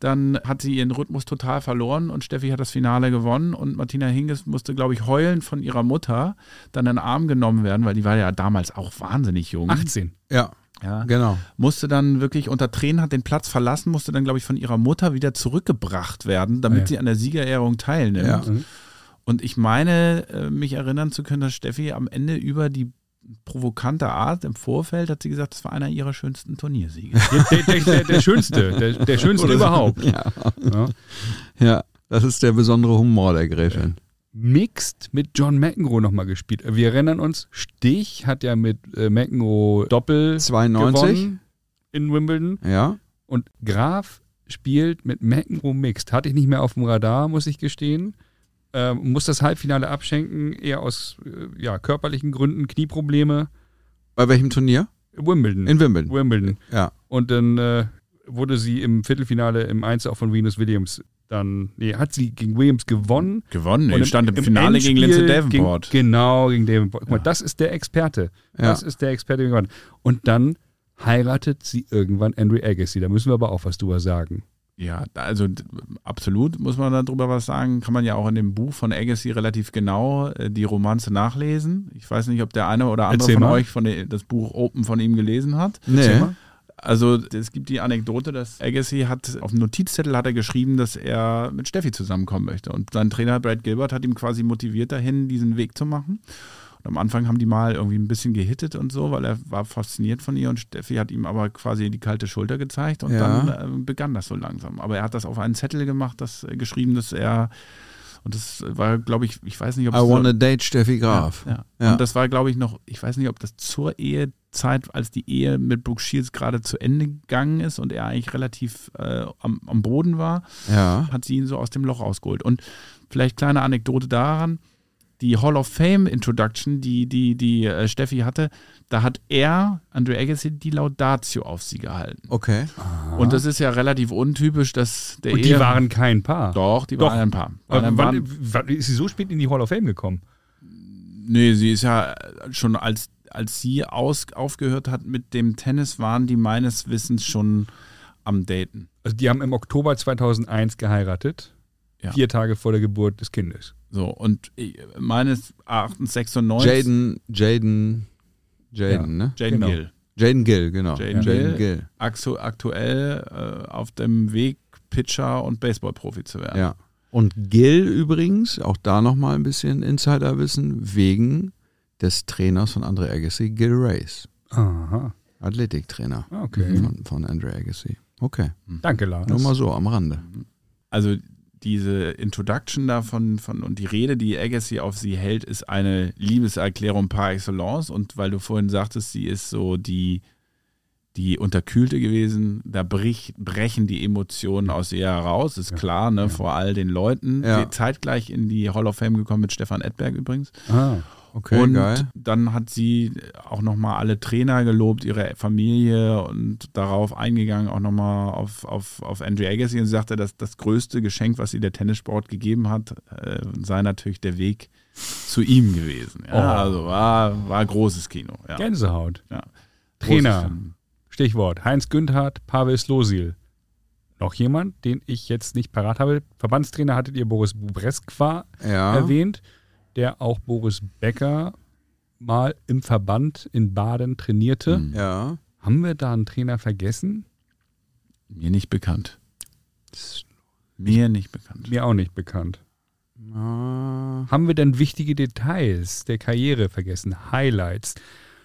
Dann hat sie ihren Rhythmus total verloren und Steffi hat das Finale gewonnen und Martina Hingis musste, glaube ich, heulen von ihrer Mutter, dann in den Arm genommen werden, weil die war ja damals auch wahnsinnig jung. 18. ja, Ja genau. musste dann wirklich unter Tränen, hat den Platz verlassen, musste dann, glaube ich, von ihrer Mutter wieder zurückgebracht werden, damit Ja. sie an der Siegerehrung teilnimmt. Ja. Und ich meine, äh, mich erinnern zu können, dass Steffi am Ende über die provokante Art im Vorfeld hat sie gesagt, das war einer ihrer schönsten Turniersiege. Der, der, der, der schönste, der, der schönste überhaupt. Ja. Ja, das ist der besondere Humor der Gräfin. Mixed mit John McEnroe nochmal gespielt. Wir erinnern uns, Stich hat ja mit äh, McEnroe Doppel 92, gewonnen in Wimbledon ja. und Graf spielt mit McEnroe Mixed. Hatte ich nicht mehr auf dem Radar, muss ich gestehen. Ähm, muss das Halbfinale abschenken, eher aus äh, ja, körperlichen Gründen, Knieprobleme. Bei welchem Turnier? Wimbledon. In Wimbledon. Wimbledon. Ja. Und dann äh, wurde sie im Viertelfinale im Einzel auch von Venus Williams dann, nee, hat sie gegen Williams gewonnen. Gewonnen, und im, stand im, Finale gegen Lindsay Endspiel Davenport. Gegen, genau, gegen Davenport. Guck mal, das ist der Experte. Das ist der Experte. der gewonnen hat. Und dann heiratet sie irgendwann Andrew Agassi. Da müssen wir aber auch was drüber sagen. Ja, da- also d- absolut muss man darüber was sagen. Kann man ja auch in dem Buch von Agassi relativ genau äh, die Romanze nachlesen. Ich weiß nicht, ob der eine oder andere Erzähl von mal. euch von der, das Buch Open von ihm gelesen hat. Nee. Also es gibt die Anekdote, dass Agassi hat auf dem Notizzettel hat er geschrieben, dass er mit Steffi zusammenkommen möchte. Und sein Trainer Brad Gilbert hat ihm quasi motiviert dahin, diesen Weg zu machen. Und am Anfang haben die mal irgendwie ein bisschen gehittet und so, weil er war fasziniert von ihr und Steffi hat ihm aber quasi die kalte Schulter gezeigt und Ja. dann äh, begann das so langsam. Aber er hat das auf einen Zettel gemacht, das äh, geschrieben, dass er und das war, glaube ich, ich weiß nicht, ob I es so- wanna date Steffi Graf. ja. Ja. Und das war, glaube ich, noch, ich weiß nicht, ob das zur Ehezeit, als die Ehe mit Brooke Shields gerade zu Ende gegangen ist und er eigentlich relativ äh, am, am Boden war, Ja. hat sie ihn so aus dem Loch rausgeholt. Und vielleicht kleine Anekdote daran, die Hall of Fame Introduction, die, die, die äh, Steffi hatte, da hat er, Andrew Agassi, die Laudatio auf sie gehalten. Okay. Und das ist ja relativ untypisch, dass der Und die Ehe- waren kein Paar. Doch, die Doch. waren ein Paar. Äh, wann, Waren, waren, wann ist sie so spät in die Hall of Fame gekommen? nee, sie ist ja äh, schon als, als sie aus, aufgehört hat mit dem Tennis, waren die meines Wissens schon am Daten. Also die haben im Oktober 2001 geheiratet, Ja. vier Tage vor der Geburt des Kindes. So, und ich- meines Erachtens 96. Jaden, Jaden, Jaden, ne? Jaden Genau. Gill. Jaden Gill, genau. Jaden Gill. Gill. Axo aktuell äh, auf dem Weg, Pitcher und Baseballprofi zu werden. Ja. Und Gill übrigens, auch da nochmal ein bisschen Insiderwissen, wegen des Trainers von Andre Agassi, Gil Race. Aha, Athletiktrainer Ah, okay. von, von Andre Agassi. Okay, Mhm. Danke, Lars. nur mal so am Rande. Also diese Introduction davon von, und die Rede, die Agassi auf sie hält, ist eine Liebeserklärung par excellence. Und weil du vorhin sagtest, sie ist so die, die Unterkühlte gewesen, da brich, brechen die Emotionen aus ihr heraus, ist klar, ne, vor all den Leuten. Ja. Die- Zeitgleich in die Hall of Fame gekommen mit Stefan Edberg übrigens. Ah, Okay, und geil. dann hat sie auch nochmal alle Trainer gelobt, ihre Familie und darauf eingegangen, auch nochmal auf, auf, auf Andrew Agassi und sie sagte, dass das größte Geschenk, was ihr der Tennissport gegeben hat, äh, sei natürlich der Weg zu ihm gewesen. Oh. Ja, Also war, war großes Kino. Ja. Gänsehaut. Ja. Trainer. Großes Kino. Stichwort Heinz Günthardt, Pavel Slosil. Noch jemand, den ich jetzt nicht parat habe. Verbandstrainer hattet ihr Boris Bubreskva Ja, erwähnt, der auch Boris Becker mal im Verband in Baden trainierte. ja. Haben wir da einen Trainer vergessen? Mir nicht bekannt. Mir nicht bekannt. Mir auch nicht bekannt. Ah, Haben wir denn wichtige Details der Karriere vergessen? Highlights.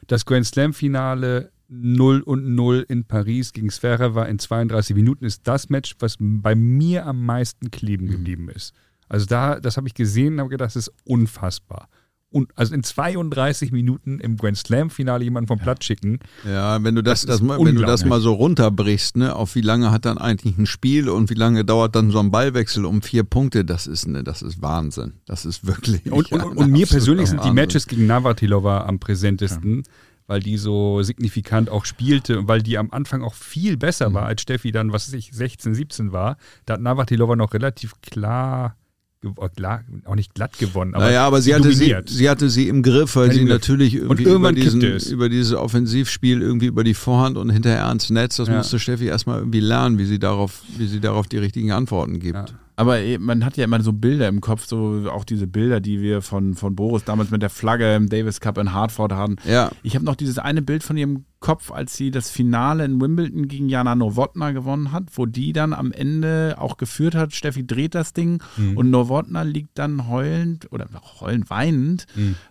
Das Grand Slam-Finale 0 und 0 in Paris gegen Zverev war in 32 Minuten ist das Match, was bei mir am meisten kleben geblieben ist. Also da, das habe ich gesehen und habe gedacht, das ist unfassbar. Und also in 32 Minuten im Grand Slam-Finale jemanden vom Platz schicken. Ja, wenn du das, Das das, ist mal, wenn du das unglaublich. mal so runterbrichst, ne, auf wie lange hat dann eigentlich ein Spiel und wie lange dauert dann so ein Ballwechsel um vier Punkte, das ist ne, das ist Wahnsinn. Das ist wirklich. Und, und, ein und, und mir absoluter persönlich sind die Wahnsinn. Matches gegen Navratilova am präsentesten, weil die so signifikant auch spielte und weil die am Anfang auch viel besser Mhm. war, als Steffi dann, was weiß ich, 16, 17 war. Da hat Navratilova noch relativ klar, gew- äh, klar auch nicht glatt gewonnen, aber, naja, aber sie hatte sie, dominiert. sie hatte sie im Griff, weil Ja, sie im Griff. natürlich irgendwie über, irgendwann diesen, kippte es. über dieses Offensivspiel irgendwie über die Vorhand und hinterher ans Netz. Das Ja. musste Steffi erstmal irgendwie lernen, wie sie darauf, wie sie darauf die richtigen Antworten gibt. Ja. Aber eh, man hat ja immer so Bilder im Kopf, so auch diese Bilder, die wir von, von Boris damals mit der Flagge im Davis Cup in Hartford hatten. Ja. Ich habe noch dieses eine Bild von ihrem Kopf, als sie das Finale in Wimbledon gegen Jana Nowotna gewonnen hat, wo die dann am Ende auch geführt hat. Steffi dreht das Ding und Nowotna liegt dann heulend oder heulend, weinend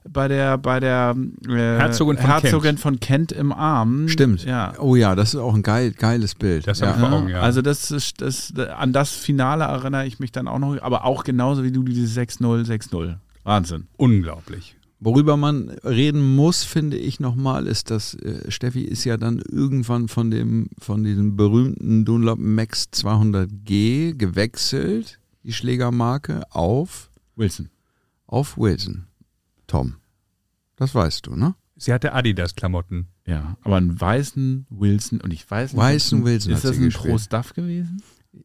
bei der, bei der äh, Herzogin von Herzogin von Kent im Arm. Stimmt. Ja. Oh ja, das ist auch ein geil, geiles Bild. Das ja. hab ich vor Augen, ja. Also das ist das an das Finale erinnere ich mich dann auch noch, aber auch genauso wie du dieses 6-0, 6-0. Wahnsinn. unglaublich. Worüber man reden muss, finde ich nochmal, ist, dass äh, Steffi ist ja dann irgendwann von dem, von diesem berühmten Dunlop Max 200G gewechselt, die Schlägermarke, auf, Wilson. auf Wilson. Tom. Das weißt du, ne? Sie hatte Adidas-Klamotten. Ja, aber einen weißen Wilson und ich weiß nicht, Weißen ist- Wilson hat ist das sie ein gespielt. Pro Stuff gewesen?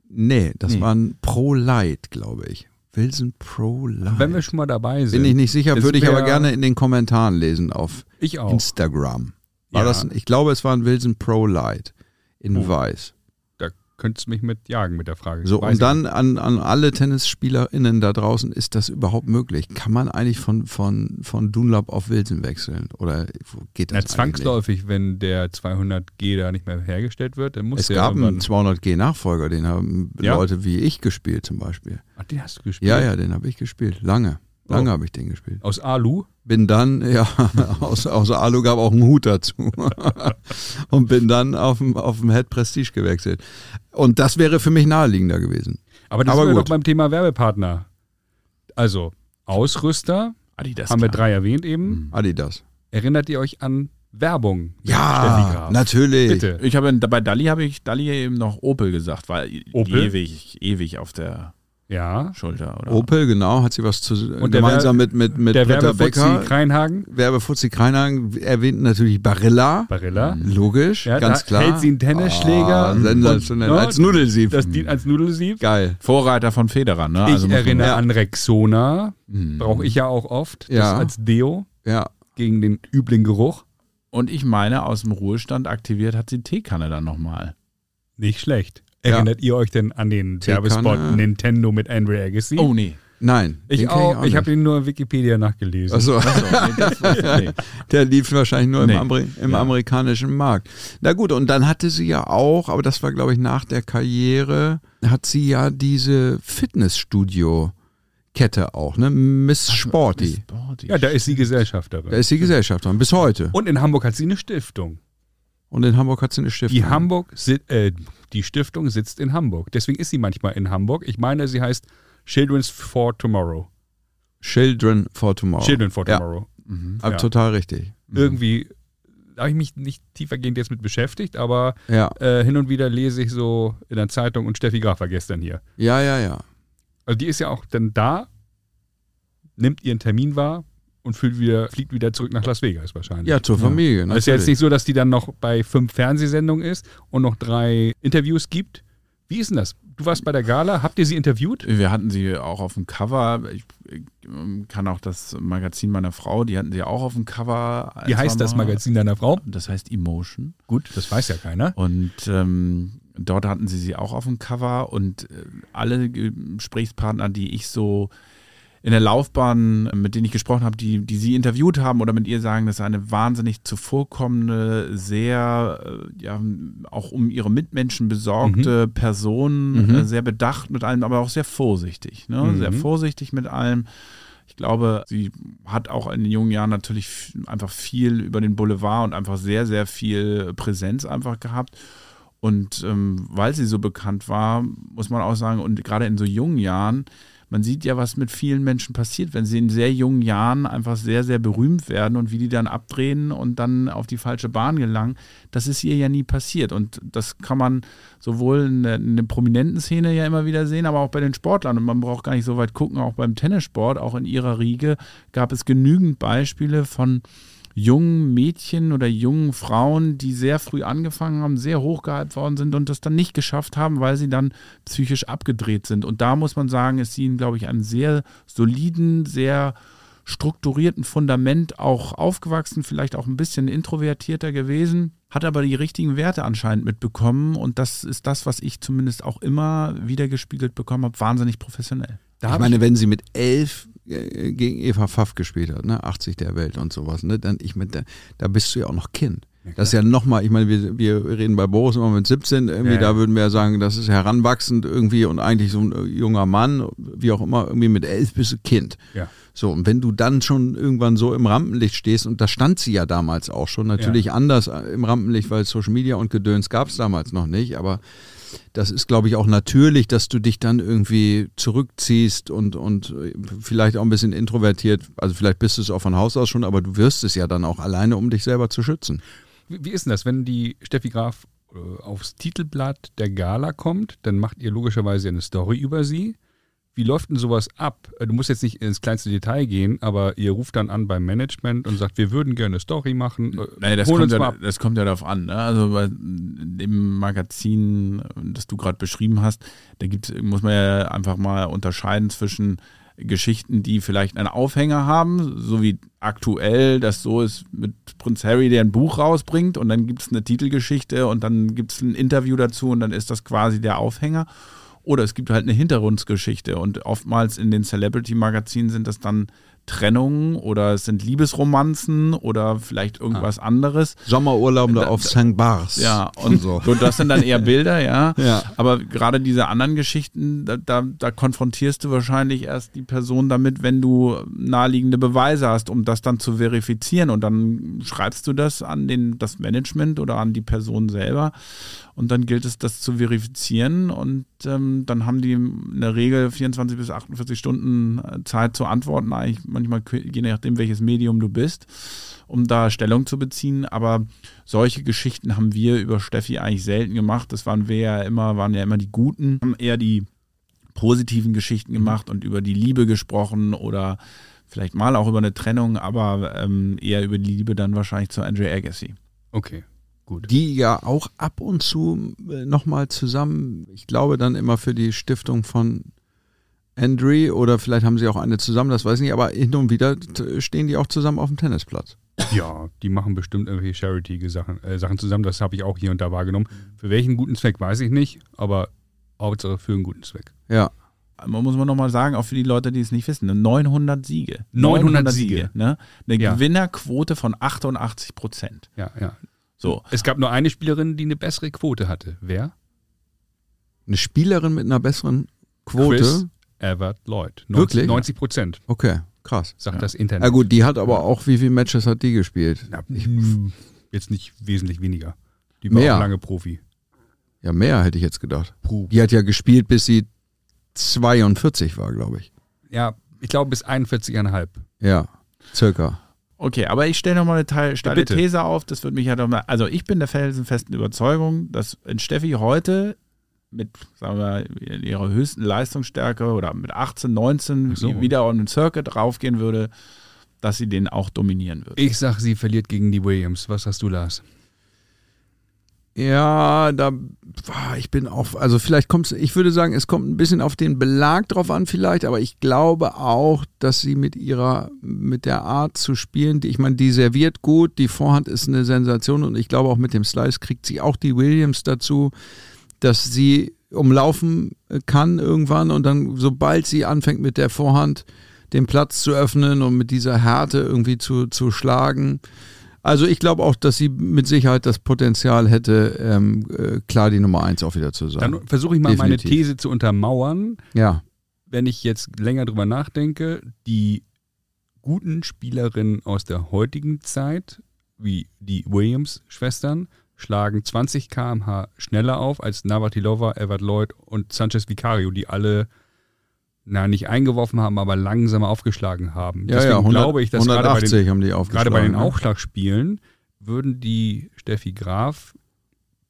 Nee, das Nee. war ein Pro Light, glaube ich. Wilson Pro Light. Wenn wir schon mal dabei sind. Bin ich nicht sicher, Das würde ich aber wär- gerne in den Kommentaren lesen auf Ich auch. Instagram. War Ja. das, ein- ich glaube, es war ein Wilson Pro Light in weiß. Da könntest du mich mit jagen mit der Frage. So, Weiß ich und dann an, an alle TennisspielerInnen da draußen, ist das überhaupt möglich? Kann man eigentlich von, von, von Dunlap auf Wilson wechseln? Oder geht das? Na, eigentlich zwangsläufig, wenn der 200G da nicht mehr hergestellt wird, dann muss Nicht? Es der gab einen irgendwann- 200G-Nachfolger, den haben Ja? Leute wie ich gespielt zum Beispiel. Ach, den hast du gespielt. Ja, ja, den habe ich gespielt. Lange. Oh. Lange habe ich den gespielt. Aus Alu. Bin dann, ja, aus, aus Alu gab auch einen Hut dazu. Und bin dann auf dem, auf dem Head Prestige gewechselt. Und das wäre für mich naheliegender gewesen. Aber das Aber sind wir gut. doch beim Thema Werbepartner. Also, Ausrüster, Adidas. haben wir drei erwähnt eben. Hm. Adidas. Erinnert ihr euch an Werbung? Steffi Ja, Graf? natürlich. Bitte. Ich habe bei Dali habe ich Dali eben noch Opel gesagt, weil Opel? ewig ewig auf der Ja. Schulter, oder? Opel, genau, hat sie was zu, Und der gemeinsam Wer- mit, mit, mit Der Britta Werbefuzzi Becker. Kreinhagen, Werbefuzzi Kreinhagen erwähnt natürlich Barilla. Barilla. Hm. Logisch, Ja, ganz da klar. hält sie einen Tennisschläger. Ah, sensationell. Und- ne? Als Nudelsieb. Das dient als Nudelsieb. Geil. Vorreiter von Federer, ne? Ich Also muss man- erinnere ja. an Rexona. Brauche ich ja auch oft. Hm. Ja. Das als Deo Ja. gegen den üblen Geruch. Und ich meine, aus dem Ruhestand aktiviert hat sie Teekanne dann nochmal. Nicht schlecht. Erinnert ihr euch denn an den Teekanne. Werbespot Nintendo mit Andrew Agassi? Oh nee. Nein. ich den kenn auch. Ich, nicht. habe ihn nur in Wikipedia nachgelesen. Achso, nee das wusste ich nicht. der lief wahrscheinlich nur Nee. im, Ameri im amerikanischen Markt. Na gut, und dann hatte sie ja auch, aber das war glaube ich nach der Karriere, hat sie ja diese Fitnessstudio-Kette auch, ne? Miss Sporty. Sporty. ja, da ist sie Da Gesellschafterin. ist die Gesellschafterin, bis heute. Und in Hamburg hat sie eine Stiftung. Und in Hamburg hat sie eine Stiftung. Die Hamburg, si- äh, die Stiftung sitzt in Hamburg. Deswegen ist sie manchmal in Hamburg. Ich meine, sie heißt Children's for Tomorrow. Children for Tomorrow. Children for Oh. Ja. Mhm. Tomorrow. Ab- ja. Total richtig. Irgendwie da habe ich mich nicht tiefergehend jetzt mit beschäftigt, aber Ja, äh, hin und wieder lese ich so in der Zeitung und Steffi Graf war gestern hier. ja, ja, ja. Also die ist ja auch dann da, nimmt ihren Termin wahr und fühlt wieder, fliegt wieder zurück nach Las Vegas wahrscheinlich. Ja, zur Familie. Also ist ja jetzt natürlich. nicht so, dass die dann noch bei fünf Fernsehsendungen ist und noch drei Interviews gibt. Wie ist denn das? Du warst bei der Gala, habt ihr sie interviewt? Wir hatten sie auch auf dem Cover. Ich ähm, kann auch das Magazin meiner Frau, die hatten sie auch auf dem Cover. ein, Wie heißt zwei das Mal. Magazin deiner Frau? Das heißt Emotion. Gut, das weiß ja keiner. Und ähm, dort hatten sie sie auch auf dem Cover und äh, alle Ge- Gesprächspartner, die ich so in der Laufbahn, äh, mit denen ich gesprochen habe, die, die sie interviewt haben oder mit ihr sagen, das ist eine wahnsinnig zuvorkommende, sehr äh, ja, auch um ihre Mitmenschen besorgte Person, äh, sehr bedacht mit allem, aber auch sehr vorsichtig. Ne? Sehr vorsichtig mit allem. Ich glaube, sie hat auch in den jungen Jahren natürlich f- einfach viel über den Boulevard und einfach sehr, sehr viel Präsenz einfach gehabt. Und ähm, weil sie so bekannt war, muss man auch sagen, und gerade in so jungen Jahren, man sieht ja, was mit vielen Menschen passiert, wenn sie in sehr jungen Jahren einfach sehr, sehr berühmt werden und wie die dann abdrehen und dann auf die falsche Bahn gelangen. Das ist ihr ja nie passiert. Und das kann man sowohl in der, in der prominenten Szene ja immer wieder sehen, aber auch bei den Sportlern. Und man braucht gar nicht so weit gucken, auch beim Tennissport, auch in ihrer Riege gab es genügend Beispiele von jungen Mädchen oder jungen Frauen, die sehr früh angefangen haben, sehr hochgehypt worden sind und das dann nicht geschafft haben, weil sie dann psychisch abgedreht sind. Und da muss man sagen, ist ihnen, glaube ich, einem sehr soliden, sehr strukturierten Fundament auch aufgewachsen, vielleicht auch ein bisschen introvertierter gewesen, hat aber die richtigen Werte anscheinend mitbekommen und das ist das, was ich zumindest auch immer wieder gespiegelt bekommen habe, wahnsinnig professionell. Da Ich hab meine, wenn sie mit elf äh, gegen Eva Pfaff gespielt hat, ne, 80 der Welt und sowas, ne, dann ich meine, da, da bist du ja auch noch Kind. Das ist ja nochmal, ich meine, wir, wir reden bei Boris immer mit 17, irgendwie, Ja, ja. da würden wir ja sagen, das ist heranwachsend irgendwie und eigentlich so ein äh, junger Mann, wie auch immer, irgendwie mit elf bist du Kind. Ja. So, und wenn du dann schon irgendwann so im Rampenlicht stehst, und da stand sie ja damals auch schon, natürlich anders äh, im Rampenlicht, weil Social Media und Gedöns gab es damals noch nicht, aber das ist, glaube ich, auch natürlich, dass du dich dann irgendwie zurückziehst und, und äh, vielleicht auch ein bisschen introvertiert, also vielleicht bist du es auch von Haus aus schon, aber du wirst es ja dann auch alleine, um dich selber zu schützen. Wie, wie ist denn das, wenn die Steffi Graf äh, aufs Titelblatt der Gala kommt, dann macht ihr logischerweise eine Story über sie. Wie läuft denn sowas ab? Äh, Du musst jetzt nicht ins kleinste Detail gehen, aber ihr ruft dann an beim Management und sagt, wir würden gerne eine Story machen. Äh, Naja, das, hol kommt uns mal ja, ab. das kommt ja darauf an. Ne? Also bei dem Magazin, das du gerade beschrieben hast, da gibt's, muss man ja einfach mal unterscheiden zwischen Geschichten, die vielleicht einen Aufhänger haben, so wie aktuell das so ist mit Prinz Harry, der ein Buch rausbringt und dann gibt es eine Titelgeschichte und dann gibt es ein Interview dazu und dann ist das quasi der Aufhänger. Oder es gibt halt eine Hintergrundgeschichte und oftmals in den Celebrity-Magazinen sind das dann Trennungen oder es sind Liebesromanzen oder vielleicht irgendwas anderes. Sommerurlaubende auf St. Bars. Ja, und so. so. das sind dann eher Bilder, ja. Ja. Aber gerade diese anderen Geschichten, da, da, da konfrontierst du wahrscheinlich erst die Person damit, wenn du naheliegende Beweise hast, um das dann zu verifizieren. Und dann schreibst du das an den, das Management oder an die Person selber. Und dann gilt es, das zu verifizieren. Und ähm, dann haben die in der Regel 24 bis 48 Stunden äh, Zeit zu antworten, eigentlich manchmal que- je nachdem, welches Medium du bist, um da Stellung zu beziehen. Aber solche Geschichten haben wir über Steffi eigentlich selten gemacht. Das waren wir ja immer, waren ja immer die Guten, haben eher die positiven Geschichten gemacht und über die Liebe gesprochen oder vielleicht mal auch über eine Trennung, aber ähm, eher über die Liebe dann wahrscheinlich zu Andre Agassi. Okay, gut. die ja auch ab und zu äh, nochmal zusammen, ich glaube dann immer für die Stiftung von Andre oder vielleicht haben sie auch eine zusammen, das weiß ich nicht, aber hin und wieder t- stehen die auch zusammen auf dem Tennisplatz. Ja, die machen bestimmt irgendwelche Charity-Sachen äh, Sachen zusammen. Das habe ich auch hier und da wahrgenommen. Mhm. Für welchen guten Zweck weiß ich nicht, aber Hauptsache für einen guten Zweck. Ja, Man muss man nochmal sagen, auch für die Leute, die es nicht wissen, ne, 900 Siege. 900 Siege. ne? Eine Ja. Gewinnerquote von 88 Prozent. Ja, ja. So. Es gab nur eine Spielerin, die eine bessere Quote hatte. Wer? eine Spielerin mit einer besseren Quote. Chris Evert Lloyd. 90, Wirklich? 90 Prozent, Okay, krass. sagt Ja. das Na Internet. gut, die hat aber auch, wie viele Matches hat die gespielt? Na, ich, jetzt nicht wesentlich weniger. Die war Mehr. auch lange Profi. Ja, mehr hätte ich jetzt gedacht. Puh. Die hat ja gespielt, bis sie 42 war, glaube ich. Ja, ich glaube bis 41,5. Ja, circa. Okay, aber ich stelle nochmal eine Teil, steile bitte. These auf. Das würde mich ja doch mal. Also, ich bin der felsenfesten Überzeugung, dass wenn Steffi heute mit, sagen wir, ihrer höchsten Leistungsstärke oder mit 18, 19 Ach so. wieder on den Circuit raufgehen würde, dass sie den auch dominieren würde. Ich sag, sie verliert gegen die Williams. Was hast du, Lars? Ja, da ah, ich bin auch, also vielleicht kommt es, ich würde sagen, es kommt ein bisschen auf den Belag drauf an vielleicht, aber ich glaube auch, dass sie mit ihrer, mit der Art zu spielen, die, ich meine, die serviert gut, die Vorhand ist eine Sensation und ich glaube auch mit dem Slice kriegt sie auch die Williams dazu, dass sie umlaufen äh, kann irgendwann und dann, sobald sie anfängt mit der Vorhand den Platz zu öffnen und mit dieser Härte irgendwie zu, zu schlagen, also ich glaube auch, dass sie mit Sicherheit das Potenzial hätte, ähm, äh, klar die Nummer eins auch wieder zu sein. Dann versuche ich mal Definitiv. meine These zu untermauern. ja, wenn ich jetzt länger drüber nachdenke, die guten Spielerinnen aus der heutigen Zeit, wie die Williams-Schwestern, schlagen 20 km/h schneller auf als Navratilova, Evert Lloyd und Sanchez Vicario, die alle, na, nicht eingeworfen haben, aber langsamer aufgeschlagen haben. ja, Deswegen ja 100, glaube ich, dass gerade bei 180 den, haben die aufgeschlagen. gerade bei den ne? Aufschlagspielen würden die Steffi Graf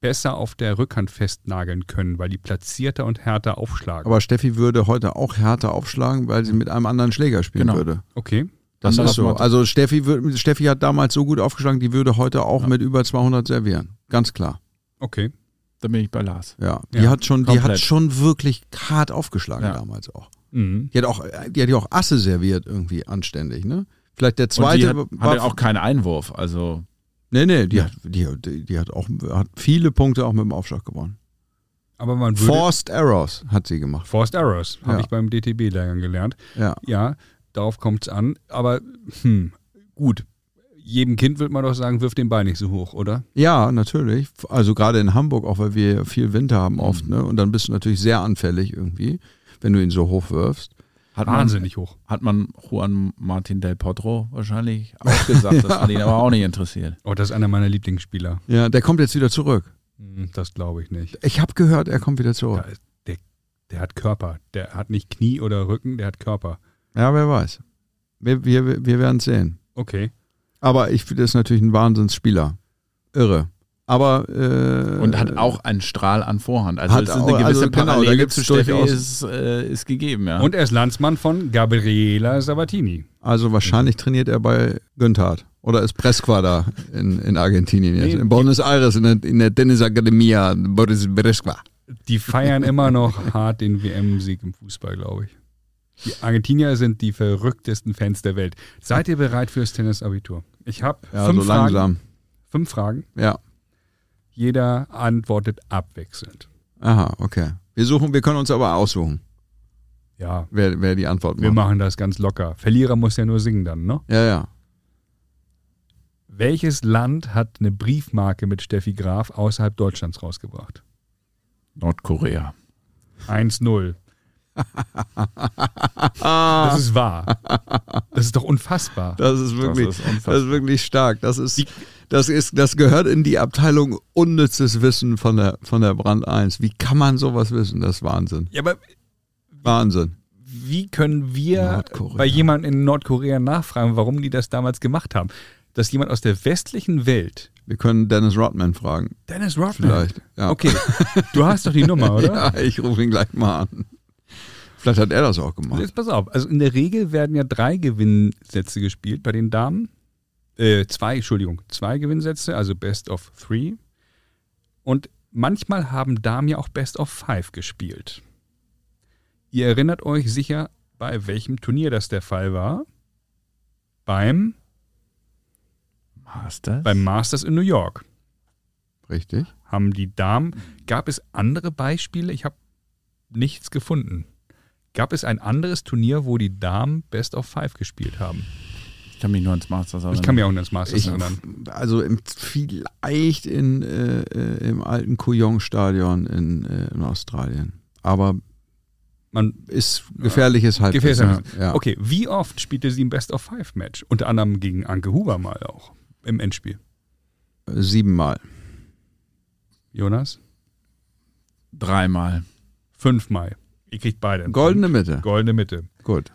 besser auf der Rückhand festnageln können, weil die platzierter und härter aufschlagen. Aber Steffi würde heute auch härter aufschlagen, weil Mhm. sie mit einem anderen Schläger spielen Genau. würde. okay. Das Anderes ist so. Motto. Also Steffi, würd, Steffi hat damals so gut aufgeschlagen, die würde heute auch mit über 200 servieren. Ganz klar. Okay. Da bin ich bei Lars. Ja, die Ja, hat schon, die hat komplett. schon wirklich hart aufgeschlagen Ja. damals auch. Mhm. Die hat auch, äh, die hat ja auch Asse serviert irgendwie anständig, ne? Vielleicht der Und sie zweite hat, hatte auch keinen Einwurf. Also, Nee, nee, die hat, die, die die hat auch hat viele Punkte auch mit dem Aufschlag gewonnen. Aber man würde. Forced Errors hat sie gemacht. Forced Errors, habe Ja. ich beim DTB-Lehrgang gelernt. Ja. Ja, darauf kommt es an. Aber hm, gut, jedem Kind wird man doch sagen, wirf den Ball nicht so hoch, oder? Ja, natürlich. Also gerade in Hamburg, auch weil wir viel Winter Mhm. haben oft, ne? Und dann bist du natürlich sehr anfällig irgendwie, wenn du ihn so hoch wirfst. hat Wahnsinnig hoch. Man, hat man Juan Martin Del Potro wahrscheinlich auch gesagt. Das hat ihn aber auch nicht interessiert. Oh, das ist einer meiner Lieblingsspieler. Ja, der kommt jetzt wieder zurück. Hm, Das glaube ich nicht. Ich habe gehört, er kommt wieder Da zurück. ist- Der, der hat Körper. Der hat nicht Knie oder Rücken, der hat Körper. Ja, wer weiß. Wir, wir, wir werden sehen. Okay. Aber ich finde, das ist natürlich ein Wahnsinnsspieler. Irre. Aber äh, Und hat auch einen Strahl an Vorhand. Also Hat es ist eine auch- gewisse also genau, da Parallele gibt's zu Steffi durchaus- ist, äh, ist gegeben, ja. Und er ist Landsmann von Gabriela Sabatini. Also wahrscheinlich trainiert er bei Günthard. Oder ist Presqua da in, in Argentinien jetzt? Nee, in Buenos Aires, in der, in der Tennis Academia, Boris Presqua. Die feiern immer noch hart den WM-Sieg im Fußball, glaube ich. Die Argentinier sind die verrücktesten Fans der Welt. Seid ihr bereit fürs Tennisabitur? Ich habe Ja, fünf, so Fragen- langsam. fünf Fragen. Ja. Jeder antwortet abwechselnd. Aha, okay. Wir suchen, wir können uns aber aussuchen, Ja, wer, wer die Antwort wir macht. machen das ganz locker. Verlierer muss ja nur singen dann, ne? Ja, ja. Welches Land hat eine Briefmarke mit Steffi Graf außerhalb Deutschlands rausgebracht? Nordkorea. 1-0. Das ist wahr. Das ist doch unfassbar. Das ist wirklich, das ist ist, unfassbar. wirklich stark. Das ist, das ist, das gehört in die Abteilung unnützes Wissen von der, von der Brand 1. Wie kann man sowas wissen? Das ist Wahnsinn. Ja, aber Wahnsinn. wie können wir Nordkorea. bei jemandem in Nordkorea nachfragen, warum die das damals gemacht haben? Dass jemand aus der westlichen Welt, Wir können Dennis Rodman fragen, Dennis Rodman, vielleicht. Ja. okay, du hast doch die Nummer, oder? Ja, ich rufe ihn gleich mal an. Vielleicht hat er das auch gemacht. Jetzt pass auf. Also in der Regel werden ja drei Gewinnsätze gespielt bei den Damen. Äh, zwei, Entschuldigung, zwei Gewinnsätze, also Best of Three. Und manchmal haben Damen ja auch Best of Five gespielt. Ihr erinnert euch sicher, bei welchem Turnier das der Fall war. Beim, Masters? beim Masters in New York Richtig. haben die Damen. Gab es andere Beispiele? Ich habe nichts gefunden. Gab es ein anderes Turnier, wo die Damen Best of Five gespielt haben? ich kann mich nur ans Masters Ich kann mir auch nicht ans Masters Ich, erinnern. also im, vielleicht in, äh, äh, im alten Kuyong-Stadion in, äh, in Australien. Aber Man, ist gefährliches halt. Gefährliches ja, Halbwissen. ja. Okay, wie oft spielte sie im Best of Five Match? Unter anderem gegen Anke Huber mal auch im Endspiel. Siebenmal. Jonas? Dreimal. Fünfmal. Ihr kriegt beide. Goldene Mitte. Goldene Mitte. Gut.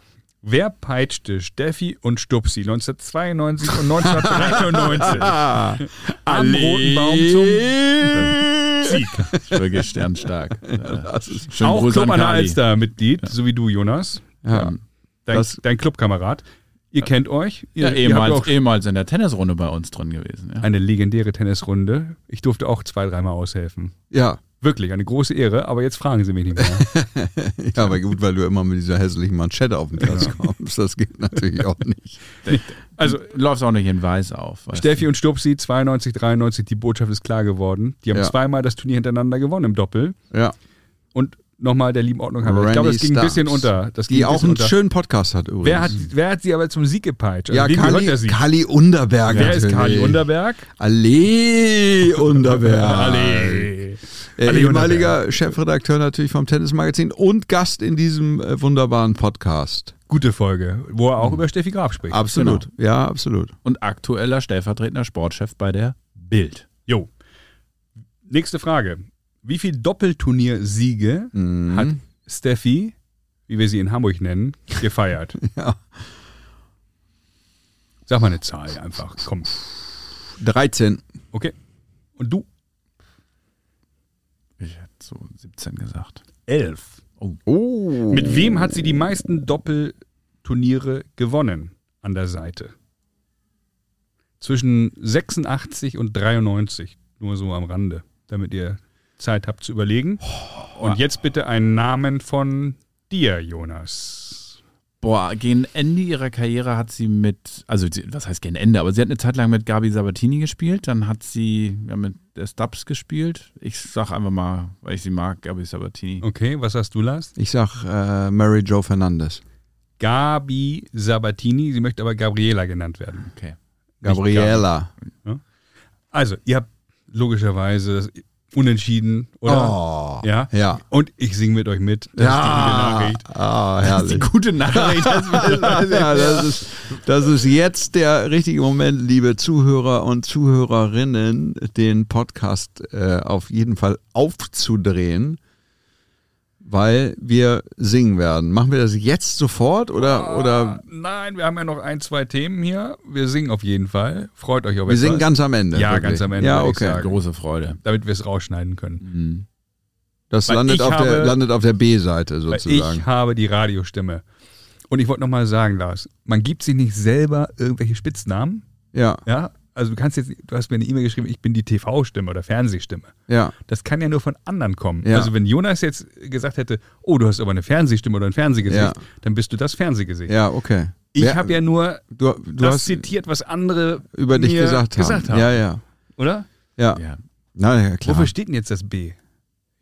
Wer peitschte Steffi und Stupsi 1992 und 1993 am roten Baum zum Sieg? Wirklich sternstark. Das ist Schönen auch Gruß an Club an der Kali. Alster-Mitglied, so wie du, Jonas. ja. Dein, Das- dein Clubkamerad. Ihr kennt euch. Ihr, ihr Ja, habt ehemals, auch ehemals in der Tennisrunde bei uns drin gewesen. Ja. eine legendäre Tennisrunde. Ich durfte auch zwei, dreimal aushelfen. Ja. Wirklich, eine große Ehre, aber jetzt fragen Sie mich nicht mehr. ja, aber gut, weil du immer mit dieser hässlichen Manschette auf den Platz kommst. Das geht natürlich auch nicht. Also, Läufst auch nicht in Weiß auf. weißt Steffi und Stupsi, 92, 93, die Botschaft ist klar geworden. Die haben Ja. zweimal das Turnier hintereinander gewonnen im Doppel. Ja. Und nochmal der lieben Ordnung haben. wir. Ich glaube, Randy das ging ein bisschen Stubbs, unter. Das ging Die ein auch bisschen einen unter. schönen Podcast hat übrigens. Wer hat, wer hat sie aber zum Sieg gepeitscht? Also ja, wem gehört der Kali, Sieg? Kali Underberg. wer ist Kali natürlich. Unterberg? Allee Unterberg. Alle. Äh, Allee ehemaliger Chefredakteur natürlich vom Tennismagazin und Gast in diesem äh, wunderbaren Podcast. Gute Folge, wo er auch über Steffi Graf spricht. Absolut. Genau. Ja, absolut. du? Und aktueller stellvertretender Sportchef bei der Bild. Jo. Nächste Frage. Wie viel Doppelturniersiege hat Steffi, wie wir sie in Hamburg nennen, gefeiert? Ja. Sag mal eine Zahl einfach. Komm. 13. Okay. Und du? Ich hätte so 17 gesagt. Elf. Oh. Mit wem hat sie die meisten Doppelturniere gewonnen an der Seite? Zwischen 86 und 93. Nur so am Rande, damit ihr Zeit habt zu überlegen. Und jetzt bitte einen Namen von dir, Jonas. Boah, gegen Ende ihrer Karriere hat sie mit, also sie- was heißt gegen Ende, aber sie hat eine Zeit lang mit Gabi Sabatini gespielt, dann hat sie ja, mit der Stubbs gespielt. Ich sag einfach mal, weil ich sie mag, Gabi Sabatini. Okay, was hast du, Lars? Ich sag äh, Mary Jo Fernandes. Gabi Sabatini. Sie möchte aber Gabriela genannt werden. Nicht Okay. Gabriela. Also, ihr habt logischerweise unentschieden, oder? Oh. Ja. Ja. Und ich singe mit euch mit. Das Ja. ist die gute Nachricht. Ah, herrlich. Gute Nachricht. Das war ja, das, ist, das ist jetzt der richtige Moment, liebe Zuhörer und Zuhörerinnen, den Podcast äh, auf jeden Fall aufzudrehen, weil wir singen werden. Machen wir das jetzt sofort Ah. oder, oder Nein, wir haben ja noch ein, zwei Themen hier. Wir singen auf jeden Fall. Freut euch auf wir etwas. singen ganz am Ende? Ja, ganz am Ende, Ja, würde ich okay. sagen. große Freude. damit wir es rausschneiden können. Das Weil landet ich auf, der, habe- landet auf der B-Seite Weil sozusagen. ich habe die Radiostimme. Und ich wollte nochmal sagen, Lars, man gibt sich nicht selber irgendwelche Spitznamen. ja, Ja, also du kannst jetzt, du hast mir eine E-Mail geschrieben, ich bin die TV-Stimme oder Fernsehstimme. ja. Das kann ja nur von anderen kommen. Ja. Also wenn Jonas jetzt gesagt hätte, oh, du hast aber eine Fernsehstimme oder ein Fernsehgesicht, Ja. dann bist du das Fernsehgesicht. Ja, okay. Ich Wer- habe ja nur du, du das hast zitiert, was andere über dich mir gesagt haben. gesagt haben. Ja, ja. Oder? Ja, Ja. Na, ja klar. Wofür steht denn jetzt das B?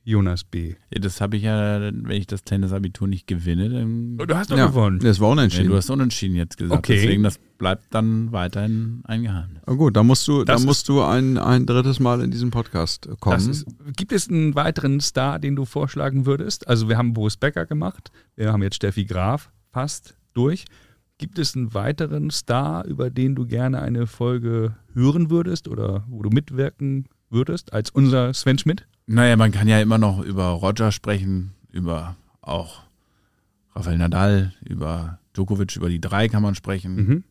Jonas B. Ja, Das habe ich ja, wenn ich das Tennisabitur nicht gewinne, dann. Oh, Du hast doch ja. gewonnen. Das war Nee, unentschieden. du hast unentschieden jetzt gesagt. Okay. Deswegen, das bleibt dann weiterhin ein Geheimnis. Na gut, da musst du, da Das musst du ein, ein drittes Mal in diesen Podcast kommen. Das ist, gibt es einen weiteren Star, den du vorschlagen würdest? Also wir haben Boris Becker gemacht, wir haben jetzt Steffi Graf fast durch. Gibt es einen weiteren Star, über den du gerne eine Folge hören würdest oder wo du mitwirken würdest, als unser Sven Schmidt? Naja, man kann ja immer noch über Roger sprechen, über auch Rafael Nadal, über Djokovic, über die drei kann man sprechen. Mhm.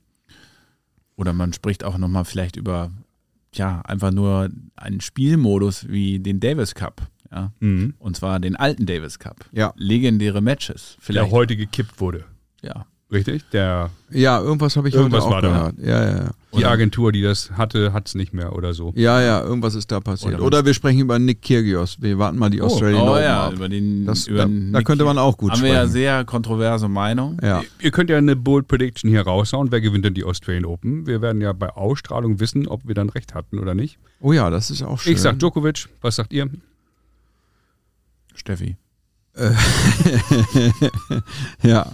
Oder man spricht auch nochmal vielleicht über, ja, einfach nur einen Spielmodus wie den Davis Cup. Ja? Mhm. Und zwar den alten Davis Cup. Ja. Legendäre Matches. der Vielleicht. heute gekippt wurde. ja. Richtig? Der, Ja, irgendwas habe ich Irgendwas heute auch war da. gehört. Ja, ja, ja. die Agentur, die das hatte, hat es nicht mehr oder so. Ja, ja, irgendwas ist da passiert. Oder- Oder, wir sprechen über Nick Kyrgios. Wir warten mal die Australian Oh Open ja, ab. über den. Das, über da, den da könnte man auch gut Haben wir ja sprechen. sehr kontroverse Meinung. ja, Ihr könnt ja eine Bold Prediction hier raushauen. Wer gewinnt denn die Australian Open? Wir werden ja bei Ausstrahlung wissen, ob wir dann recht hatten oder nicht. Oh ja, das ist auch schön. Ich sag Djokovic. Was sagt ihr? Steffi. ja.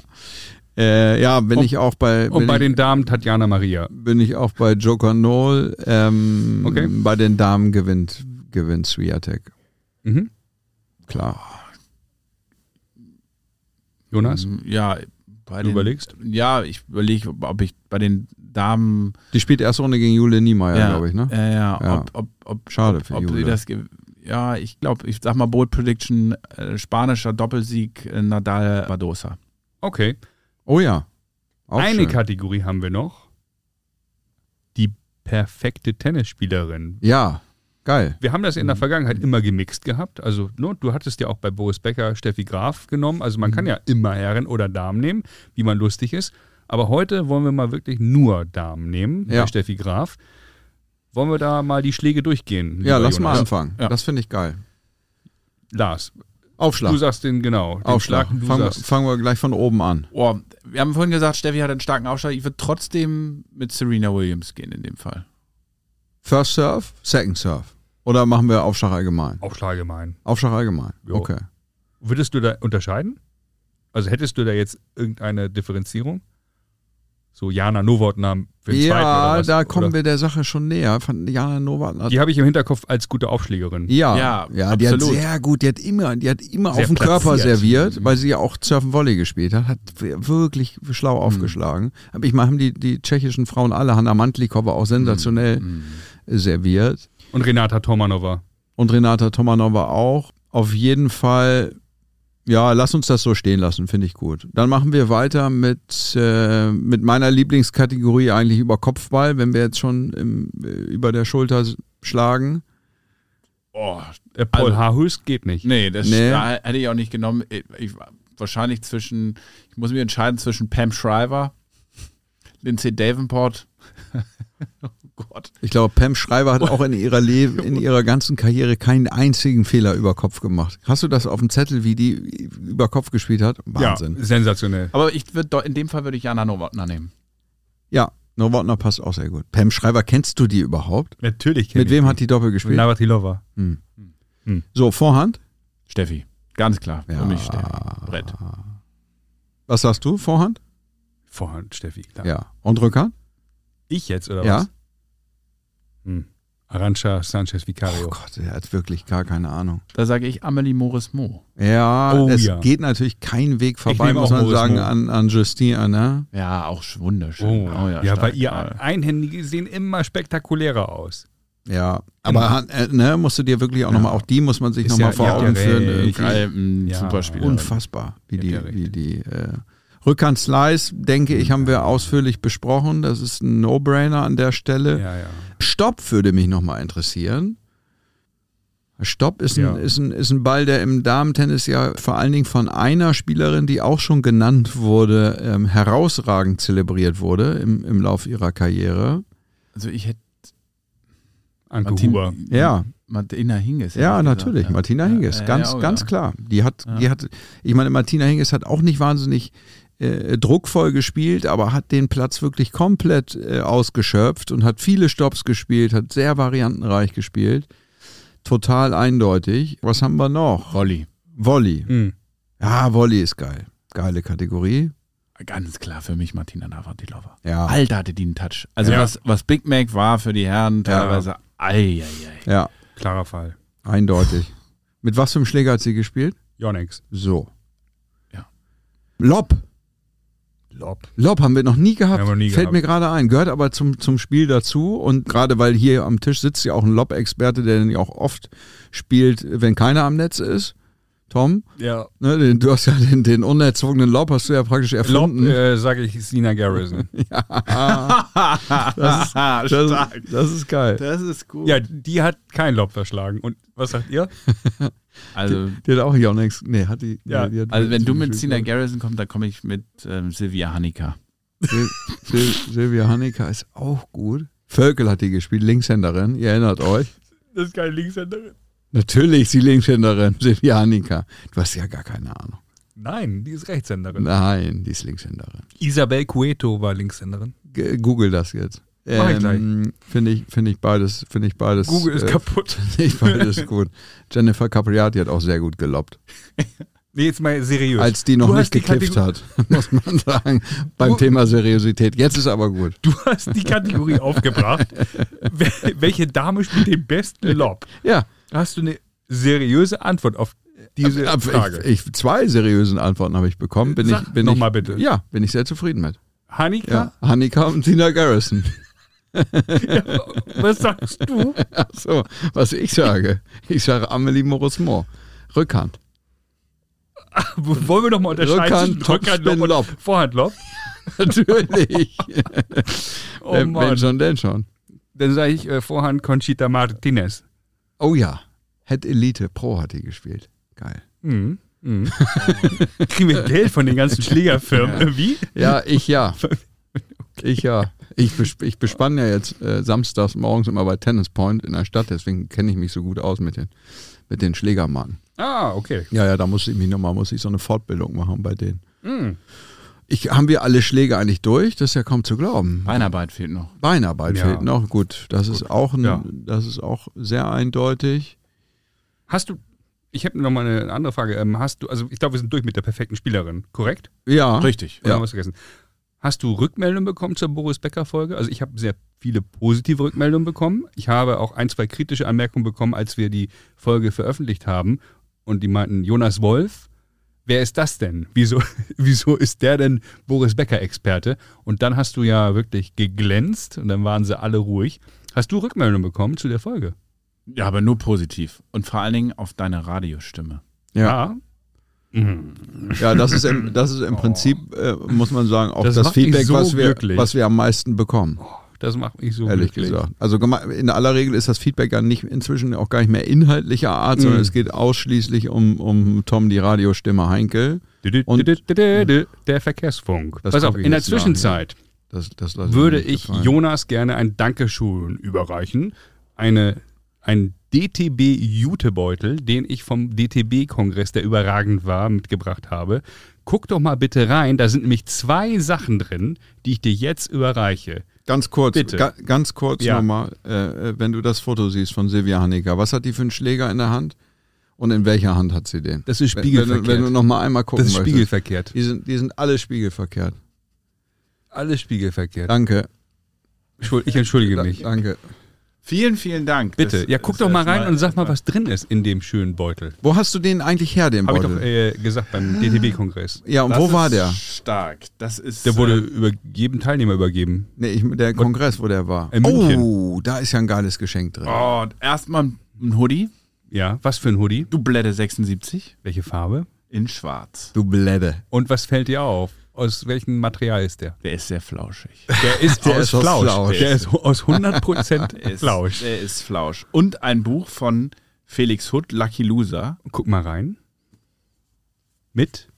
Äh, ja, bin ich auch bei, bin, Und bei ich, den Damen Tatjana Maria. bin ich auch bei Joker Noel. Ähm, Okay. Bei den Damen gewinnt, gewinnt Swiatek. Mhm. Klar. Jonas, Mhm. Ja, bei du den, überlegst? Ja, ich überlege, ob- ob ich bei den Damen. Die spielt erste Runde gegen Jule Niemeyer, glaube ich, ne? Ja, ja, Ja. Ob, ob, ob, Schade für ob sie Jule. das. ge- Ja, ich glaube, ich sag mal Bold Prediction, äh, spanischer Doppelsieg, äh, Nadal, Badosa. Okay. oh ja. Auch Eine schön. Kategorie haben wir noch. Die perfekte Tennisspielerin. Ja, geil. Wir haben das in Mhm. der Vergangenheit immer gemixt gehabt. Also ne, du hattest ja auch bei Boris Becker Steffi Graf genommen. Also man kann Mhm. ja immer Herren oder Damen nehmen, wie man lustig ist. Aber heute wollen wir mal wirklich nur Damen nehmen, Ja. bei Steffi Graf. Wollen wir da mal die Schläge durchgehen? Ja, lieber lass mal Jonas? anfangen. Ja. Das finde ich geil. Lars, Aufschlag. du sagst den genau. Den Aufschlag. Schlag, du Fangen wir, sagst. fangen wir gleich von oben an. Oh, wir haben vorhin gesagt, Steffi hat einen starken Aufschlag. Ich würde trotzdem mit Serena Williams gehen in dem Fall. First Surf, Second Surf. Oder machen wir Aufschlag allgemein? Aufschlag gemein. Aufschlag allgemein. Jo. Okay. Würdest du da unterscheiden? Also hättest du da jetzt irgendeine Differenzierung? So Jana Novotnam für den zweiten oder Ja, was? da kommen oder? wir der Sache schon näher. Von Jana Novak. Die habe ich im Hinterkopf als gute Aufschlägerin. Ja, Ja, ja, die hat absolut. sehr gut, die hat immer, die hat immer Sehr auf den Körper platziert. Mhm. serviert, weil sie ja auch Surfen Volley gespielt hat, hat wirklich schlau Mhm. aufgeschlagen. Aber ich meine, haben die, die tschechischen Frauen alle, Hanna Mantlikova auch sensationell Mhm. serviert Und Renata Tomanova. und Renata Tomanova auch. Auf jeden Fall, ja, lass uns das so stehen lassen, finde ich gut. Dann machen wir weiter mit, äh, mit meiner Lieblingskategorie eigentlich über Kopfball, wenn wir jetzt schon im, äh, über der Schulter s- schlagen. Oh, Äh, Paul Also- Harhus geht nicht. nee, das Nee. Da hätte ich auch nicht genommen. Ich, ich, wahrscheinlich zwischen, ich muss mich entscheiden zwischen Pam Shriver, Lindsay Davenport. oh Gott. Ich glaube, Pam Schreiber hat auch in ihrer, Le in ihrer ganzen Karriere keinen einzigen Fehler über Kopf gemacht. Hast du das auf dem Zettel, wie die über Kopf gespielt hat? Wahnsinn. Ja, sensationell. Aber ich würde in dem Fall würde ich Jana Nowotna nehmen. Ja, Nowotna passt auch sehr gut. Pam Schreiber, kennst du die überhaupt? Natürlich. Mit wem hat die Doppel gespielt? Genau. Navratilova. So, Vorhand? Steffi, ganz klar. Für Ja. mich Steffi. Brett. Was sagst du? Vorhand? Vorhand, Steffi, klar. Ja. Und Rückhand? Ich jetzt, oder Ja. was? Hm. Arancha Sanchez Oh Vicario. Gott, er hat wirklich gar keine Ahnung. Da sage ich Amelie Morris Mo. Ja, Oh es ja. geht natürlich kein Weg vorbei, nehme muss auch man Boris sagen, Moore. an, an Justine, ne? Ja, auch sch- wunderschön. Oh. Oh, ja, stark. bei ihr Oh Ja. Einhändige sehen immer spektakulärer aus. Ja, aber äh, ne, musst du dir wirklich auch nochmal, auch die muss man sich Genau. Ist nochmal ja- vor ja, Augen ja, führen. ja, ja, irgendwie. Alpen, Ja. Superspieler. Unfassbar, wie Ihr die, habt ja recht. wie die äh, Rückhand-Slice, denke ich, haben wir ausführlich besprochen. Das ist ein No-Brainer an der Stelle. Ja, ja. Stopp würde mich nochmal interessieren. Stopp ist, Ja. ein, ist, ein, ist ein Ball, der im Damentennis ja vor allen Dingen von einer Spielerin, die auch schon genannt wurde, ähm, herausragend zelebriert wurde im, im Lauf ihrer Karriere. Also ich hätte Anke Martin- Huber. Ja. Martina Hingis. hätte Ja, ich gesagt. natürlich. Ja. Martina Ja, Hingis, ja, oh ganz, ja, ganz ja. klar. Die hat, Ja. die hat, ich meine, Martina Hingis hat auch nicht wahnsinnig äh, druckvoll gespielt, aber hat den Platz wirklich komplett äh, ausgeschöpft und hat viele Stops gespielt, hat sehr variantenreich gespielt. Total eindeutig. Was haben wir noch? Rolli. Volley. Hm. Ja, Volley ist geil. Geile Kategorie. Ganz klar für mich Martina Navratilova. Ja. Alter, hatte die einen Touch. Also Ja. was, was Big Mac war für die Herren teilweise. Ei, ei, ei. Ja, Klarer Fall. eindeutig. Mit was für einem Schläger hat sie gespielt? Yonex. So. Ja. Lob. Lob. Lob haben wir noch nie gehabt. Haben wir noch nie Fällt gehabt. mir gerade ein. Gehört aber zum, zum Spiel dazu. Und gerade weil hier am Tisch sitzt ja auch ein Lob-Experte, der den ja auch oft spielt, wenn keiner am Netz ist. Tom. Ja. Ne, den, du hast ja den, den unerzogenen Lob hast du ja praktisch Lob, erfunden. äh, sage ich, ist Nina Garrison. das, ist, das, ist- das ist geil. Das ist gut. ja, die hat kein Lob verschlagen. Und was sagt ihr? also, Die hat auch hier auch nichts. Nee, hat die. Ja, nee, die hat also wenn du mit Zina Sina Garrison kommst, dann komme ich mit ähm, Sylvia Hanika. Sil Sil Silvia Hanika ist auch gut. Völkel hat die gespielt, Linkshänderin, ihr erinnert euch. Das ist keine Linkshänderin. Natürlich die Linkshänderin, Silvia Hanika. Du hast ja gar keine Ahnung. Nein, die ist Rechtshänderin. Nein, die ist Linkshänderin. Isabel Cueto war Linkshänderin. G Google das jetzt. Mach ich Finde ich, finde ich beides, finde ich beides. Google ist äh, kaputt. Finde ich beides gut. Jennifer Capriati hat auch sehr gut gelobbt. Nee, jetzt mal seriös. Als die noch Du nicht hast die gekifft Kategor- hat, muss man sagen. Beim Du- Thema Seriosität. Jetzt ist aber gut. Du hast die Kategorie aufgebracht. Wel- Welche Dame spielt den besten Lob? Ja. Hast du eine seriöse Antwort auf diese Ab- Frage? äh, Ich, ich, zwei seriösen Antworten habe ich bekommen. Bin Sag ich, bin noch ich, mal bitte. Ja, bin ich sehr zufrieden mit. Hanika, Ja. Annika und Tina Garrison. was sagst du? So, was ich sage. Ich sage Amelie Morosmo. Rückhand. Wollen wir noch mal unterscheiden Rückhand, zwischen Rückhandlob Topspin, und Lob. Vorhandlob? Natürlich. Oh Äh, Mann. Wenn schon, denn schon. Dann sage ich äh, Vorhand Conchita Martinez. Oh ja. Head Elite Pro hat die gespielt. Geil. Mhm. Mhm. Kriegen wir Geld von den ganzen Schlägerfirmen irgendwie? Ja, ich ja. Ich ja. Ich, besp ich bespanne ja jetzt äh, samstags morgens immer bei Tennis Point in der Stadt, deswegen kenne ich mich so gut aus mit den, mit den Schlägermannen. Ah, okay. Ja, ja, da muss ich mich nochmal, muss ich so eine Fortbildung machen bei denen. Hm. Ich, haben wir alle Schläge eigentlich durch? Das ist ja kaum zu glauben. Beinarbeit fehlt noch. Beinarbeit Ja. fehlt noch. Gut, das ist auch ein, Ja. das ist auch sehr eindeutig. Hast du, ich habe noch mal eine andere Frage. Ähm, Hast du, also ich glaube, wir sind durch mit der perfekten Spielerin, korrekt? Ja. Richtig. Oder Ja. haben wir was vergessen? Hast du Rückmeldungen bekommen zur Boris Becker-Folge? Also ich habe sehr viele positive Rückmeldungen bekommen. Ich habe auch ein, zwei kritische Anmerkungen bekommen, als wir die Folge veröffentlicht haben. Und die meinten, Jonas Wolf, wer ist das denn? Wieso, wieso ist der denn Boris Becker-Experte? Und dann hast du ja wirklich geglänzt und dann waren sie alle ruhig. Hast du Rückmeldungen bekommen zu der Folge? Ja, aber nur positiv. Und vor allen Dingen auf deine Radiostimme. Ja. Ah, ja, das ist im, das ist im Prinzip, äh, muss man sagen, auch Oh. Das das, macht mich Feedback, so was, wir, glücklich. was wir am meisten bekommen. das macht mich so ehrlich glücklich. gesagt. Also geme- in aller Regel ist das Feedback ja nicht inzwischen auch gar nicht mehr inhaltlicher Art, Mhm. sondern es geht ausschließlich um, um Tom die Radiostimme Heinkel. Du, du, Und- du, du, du, du, Der Verkehrsfunk. Das Pass auf, gucke ich in der jetzt nach, ja. Zwischenzeit Das, das lasse würde mir nicht ich gefallen. Jonas gerne ein Dankeschön überreichen. Eine, ein DTB-Jutebeutel, den ich vom DTB-Kongress, der überragend war, mitgebracht habe. Guck doch mal bitte rein, da sind nämlich zwei Sachen drin, die ich dir jetzt überreiche. ganz kurz, Bitte. Ga, ganz kurz Ja. nochmal, äh, äh, wenn du das Foto siehst von Silvia Hanecker, was hat die für einen Schläger in der Hand und in welcher Hand hat sie den? Das ist Wenn- Wenn, du- wenn du nochmal einmal gucken das ist möchtest. spiegelverkehrt. Die sind, die sind alle spiegelverkehrt. Alles spiegelverkehrt. Danke. Entschuld- Ich entschuldige Da, mich. danke. Vielen, vielen Dank. Bitte, Das ja, guck ist doch mal erstmal- rein und sag mal, was drin ist in dem schönen Beutel. Wo hast du den eigentlich her, den Habe ich Beutel? doch äh, gesagt beim DTB-Kongress. ja, und Das wo ist war der? Stark. Das ist. Der wurde äh, über jedem Teilnehmer übergeben. Nee, ich, der Kongress, wo der war. In München. oh, da ist ja ein geiles Geschenk drin. oh, erstmal ein Hoodie. Ja, was für ein Hoodie? Dublette 76 Welche Farbe? in Schwarz. Du Bläde. Und was fällt dir auf? Aus welchem Material ist der? Der ist sehr flauschig. Der ist, Der ist aus Flausch. Der ist aus 100% Ist, Flausch. Der ist Flausch. Und ein Buch von Felix Hood, Lucky Loser. Guck mal rein. Mit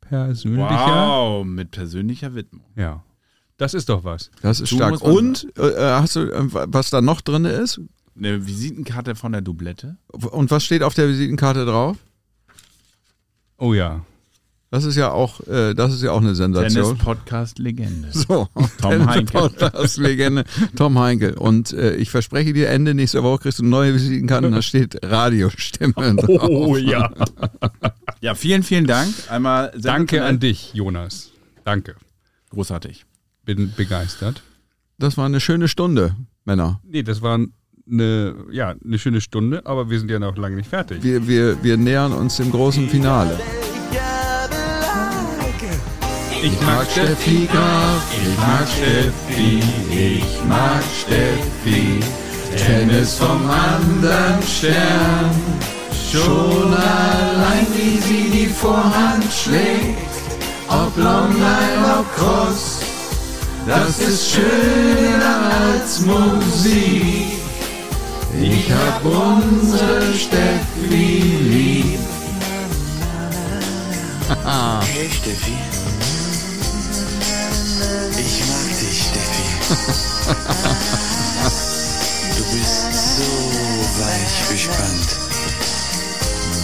persönlicher. Wow, mit persönlicher Widmung. Ja. Das ist doch was. Das ist Du stark. musst mal- Und äh, hast du, äh, was da noch drin ist? Eine Ne, Visitenkarte von der Dublette. Und was steht auf der Visitenkarte drauf? Oh ja. Das ist ja auch, äh, das ist ja auch eine Sensation. Tennis-Podcast-Legende. So, Tom Heinke. Das Legende Tom Heinkel. Und äh, ich verspreche dir, Ende nächster Woche kriegst du neue Visitenkarten, da steht Radiostimme drauf. Oh ja. Ja, vielen, vielen Dank. Einmal Danke an dich. dich, Jonas. Danke. Großartig. Bin begeistert. Das war eine schöne Stunde, Männer. Nee, das war eine, ja, eine schöne Stunde, aber wir sind ja noch lange nicht fertig. Wir, wir, wir nähern uns dem großen Finale. Ich mag Steffi Graf, ich mag Steffi, ich mag Steffi. Tennis vom anderen Stern. Schon allein, wie sie die Vorhand schlägt, ob Longline, ob Cross, das ist schöner als Musik. Ich hab unsere Steffi lieb. Hey Steffi. Ich mag dich, Steffi. Du bist so weich gespannt.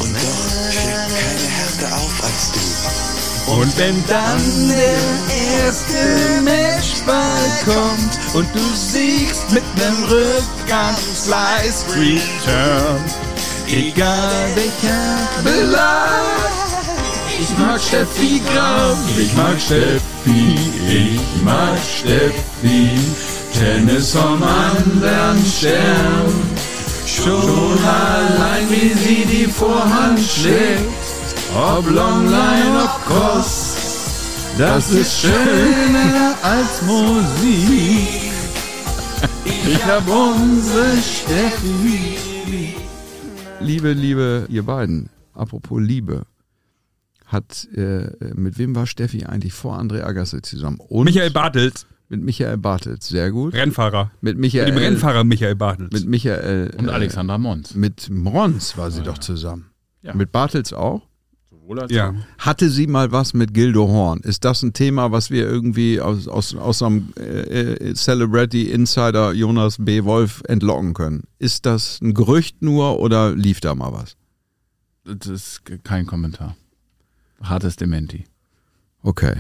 Und doch schlägt keine Härte auf als du. Und wenn dann der erste Matchball kommt und du siegst mit nem Rückgang Slice Return, egal welcher Belag, ich mag Steffi Graf, ich mag Steffi, ich mag Steffi, Tennis vom anderen Stern. Schon allein, wie sie die Vorhand schlägt, ob Longline, ob Cross, das ist schöner als Musik. Ich hab unsere Steffi. Liebe, liebe, ihr beiden, apropos Liebe, hat, äh, mit wem war Steffi eigentlich vor André Agassi zusammen? Und Michael Bartels, Mit Michael Bartels, sehr gut. Rennfahrer. Mit Michael. Mit dem Rennfahrer Michael Bartels. Äh, Mit Michael. Und äh, Alexandra Mons. Mit Mons war sie doch zusammen. Ja. Mit Bartels auch. ja. Hatte sie mal was mit Gildo Horn? Ist das ein Thema, was wir irgendwie aus, aus, aus einem äh, äh, Celebrity Insider Jonas B. Wolf entlocken können? Ist das ein Gerücht nur oder lief da mal was? Das ist ke- kein Kommentar. Hartes Dementi. Okay.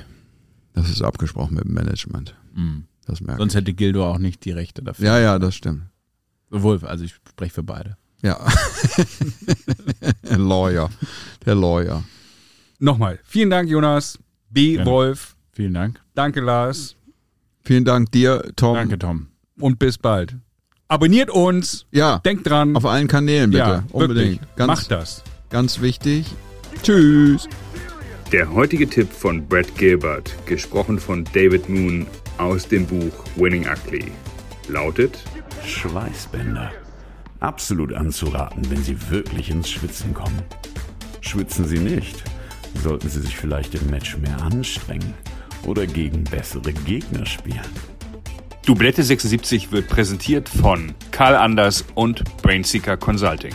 Das ist abgesprochen mit dem Management. Mhm. Das merkt Sonst hätte Gildo auch nicht die Rechte dafür. Ja, ja, das stimmt. Sowohl, also ich spreche für beide. Ja. Ein Lawyer. Der Lawyer. Nochmal. Vielen Dank, Jonas. B. Gerne. Wolf. Vielen Dank. Danke, Lars. Vielen Dank dir, Tom. Danke, Tom. Und bis bald. Abonniert uns. Ja, Denkt dran. auf allen Kanälen bitte. ja, Unbedingt. Wirklich. Ganz, Macht das. ganz wichtig. Tschüss. Der heutige Tipp von Brad Gilbert, gesprochen von David Moon aus dem Buch Winning Ugly, lautet Schweißbänder. Absolut anzuraten, wenn Sie wirklich ins Schwitzen kommen. Schwitzen Sie nicht. Sollten Sie sich vielleicht im Match mehr anstrengen oder gegen bessere Gegner spielen. Dublette 76 wird präsentiert von Karl Anders und Brainseeker Consulting.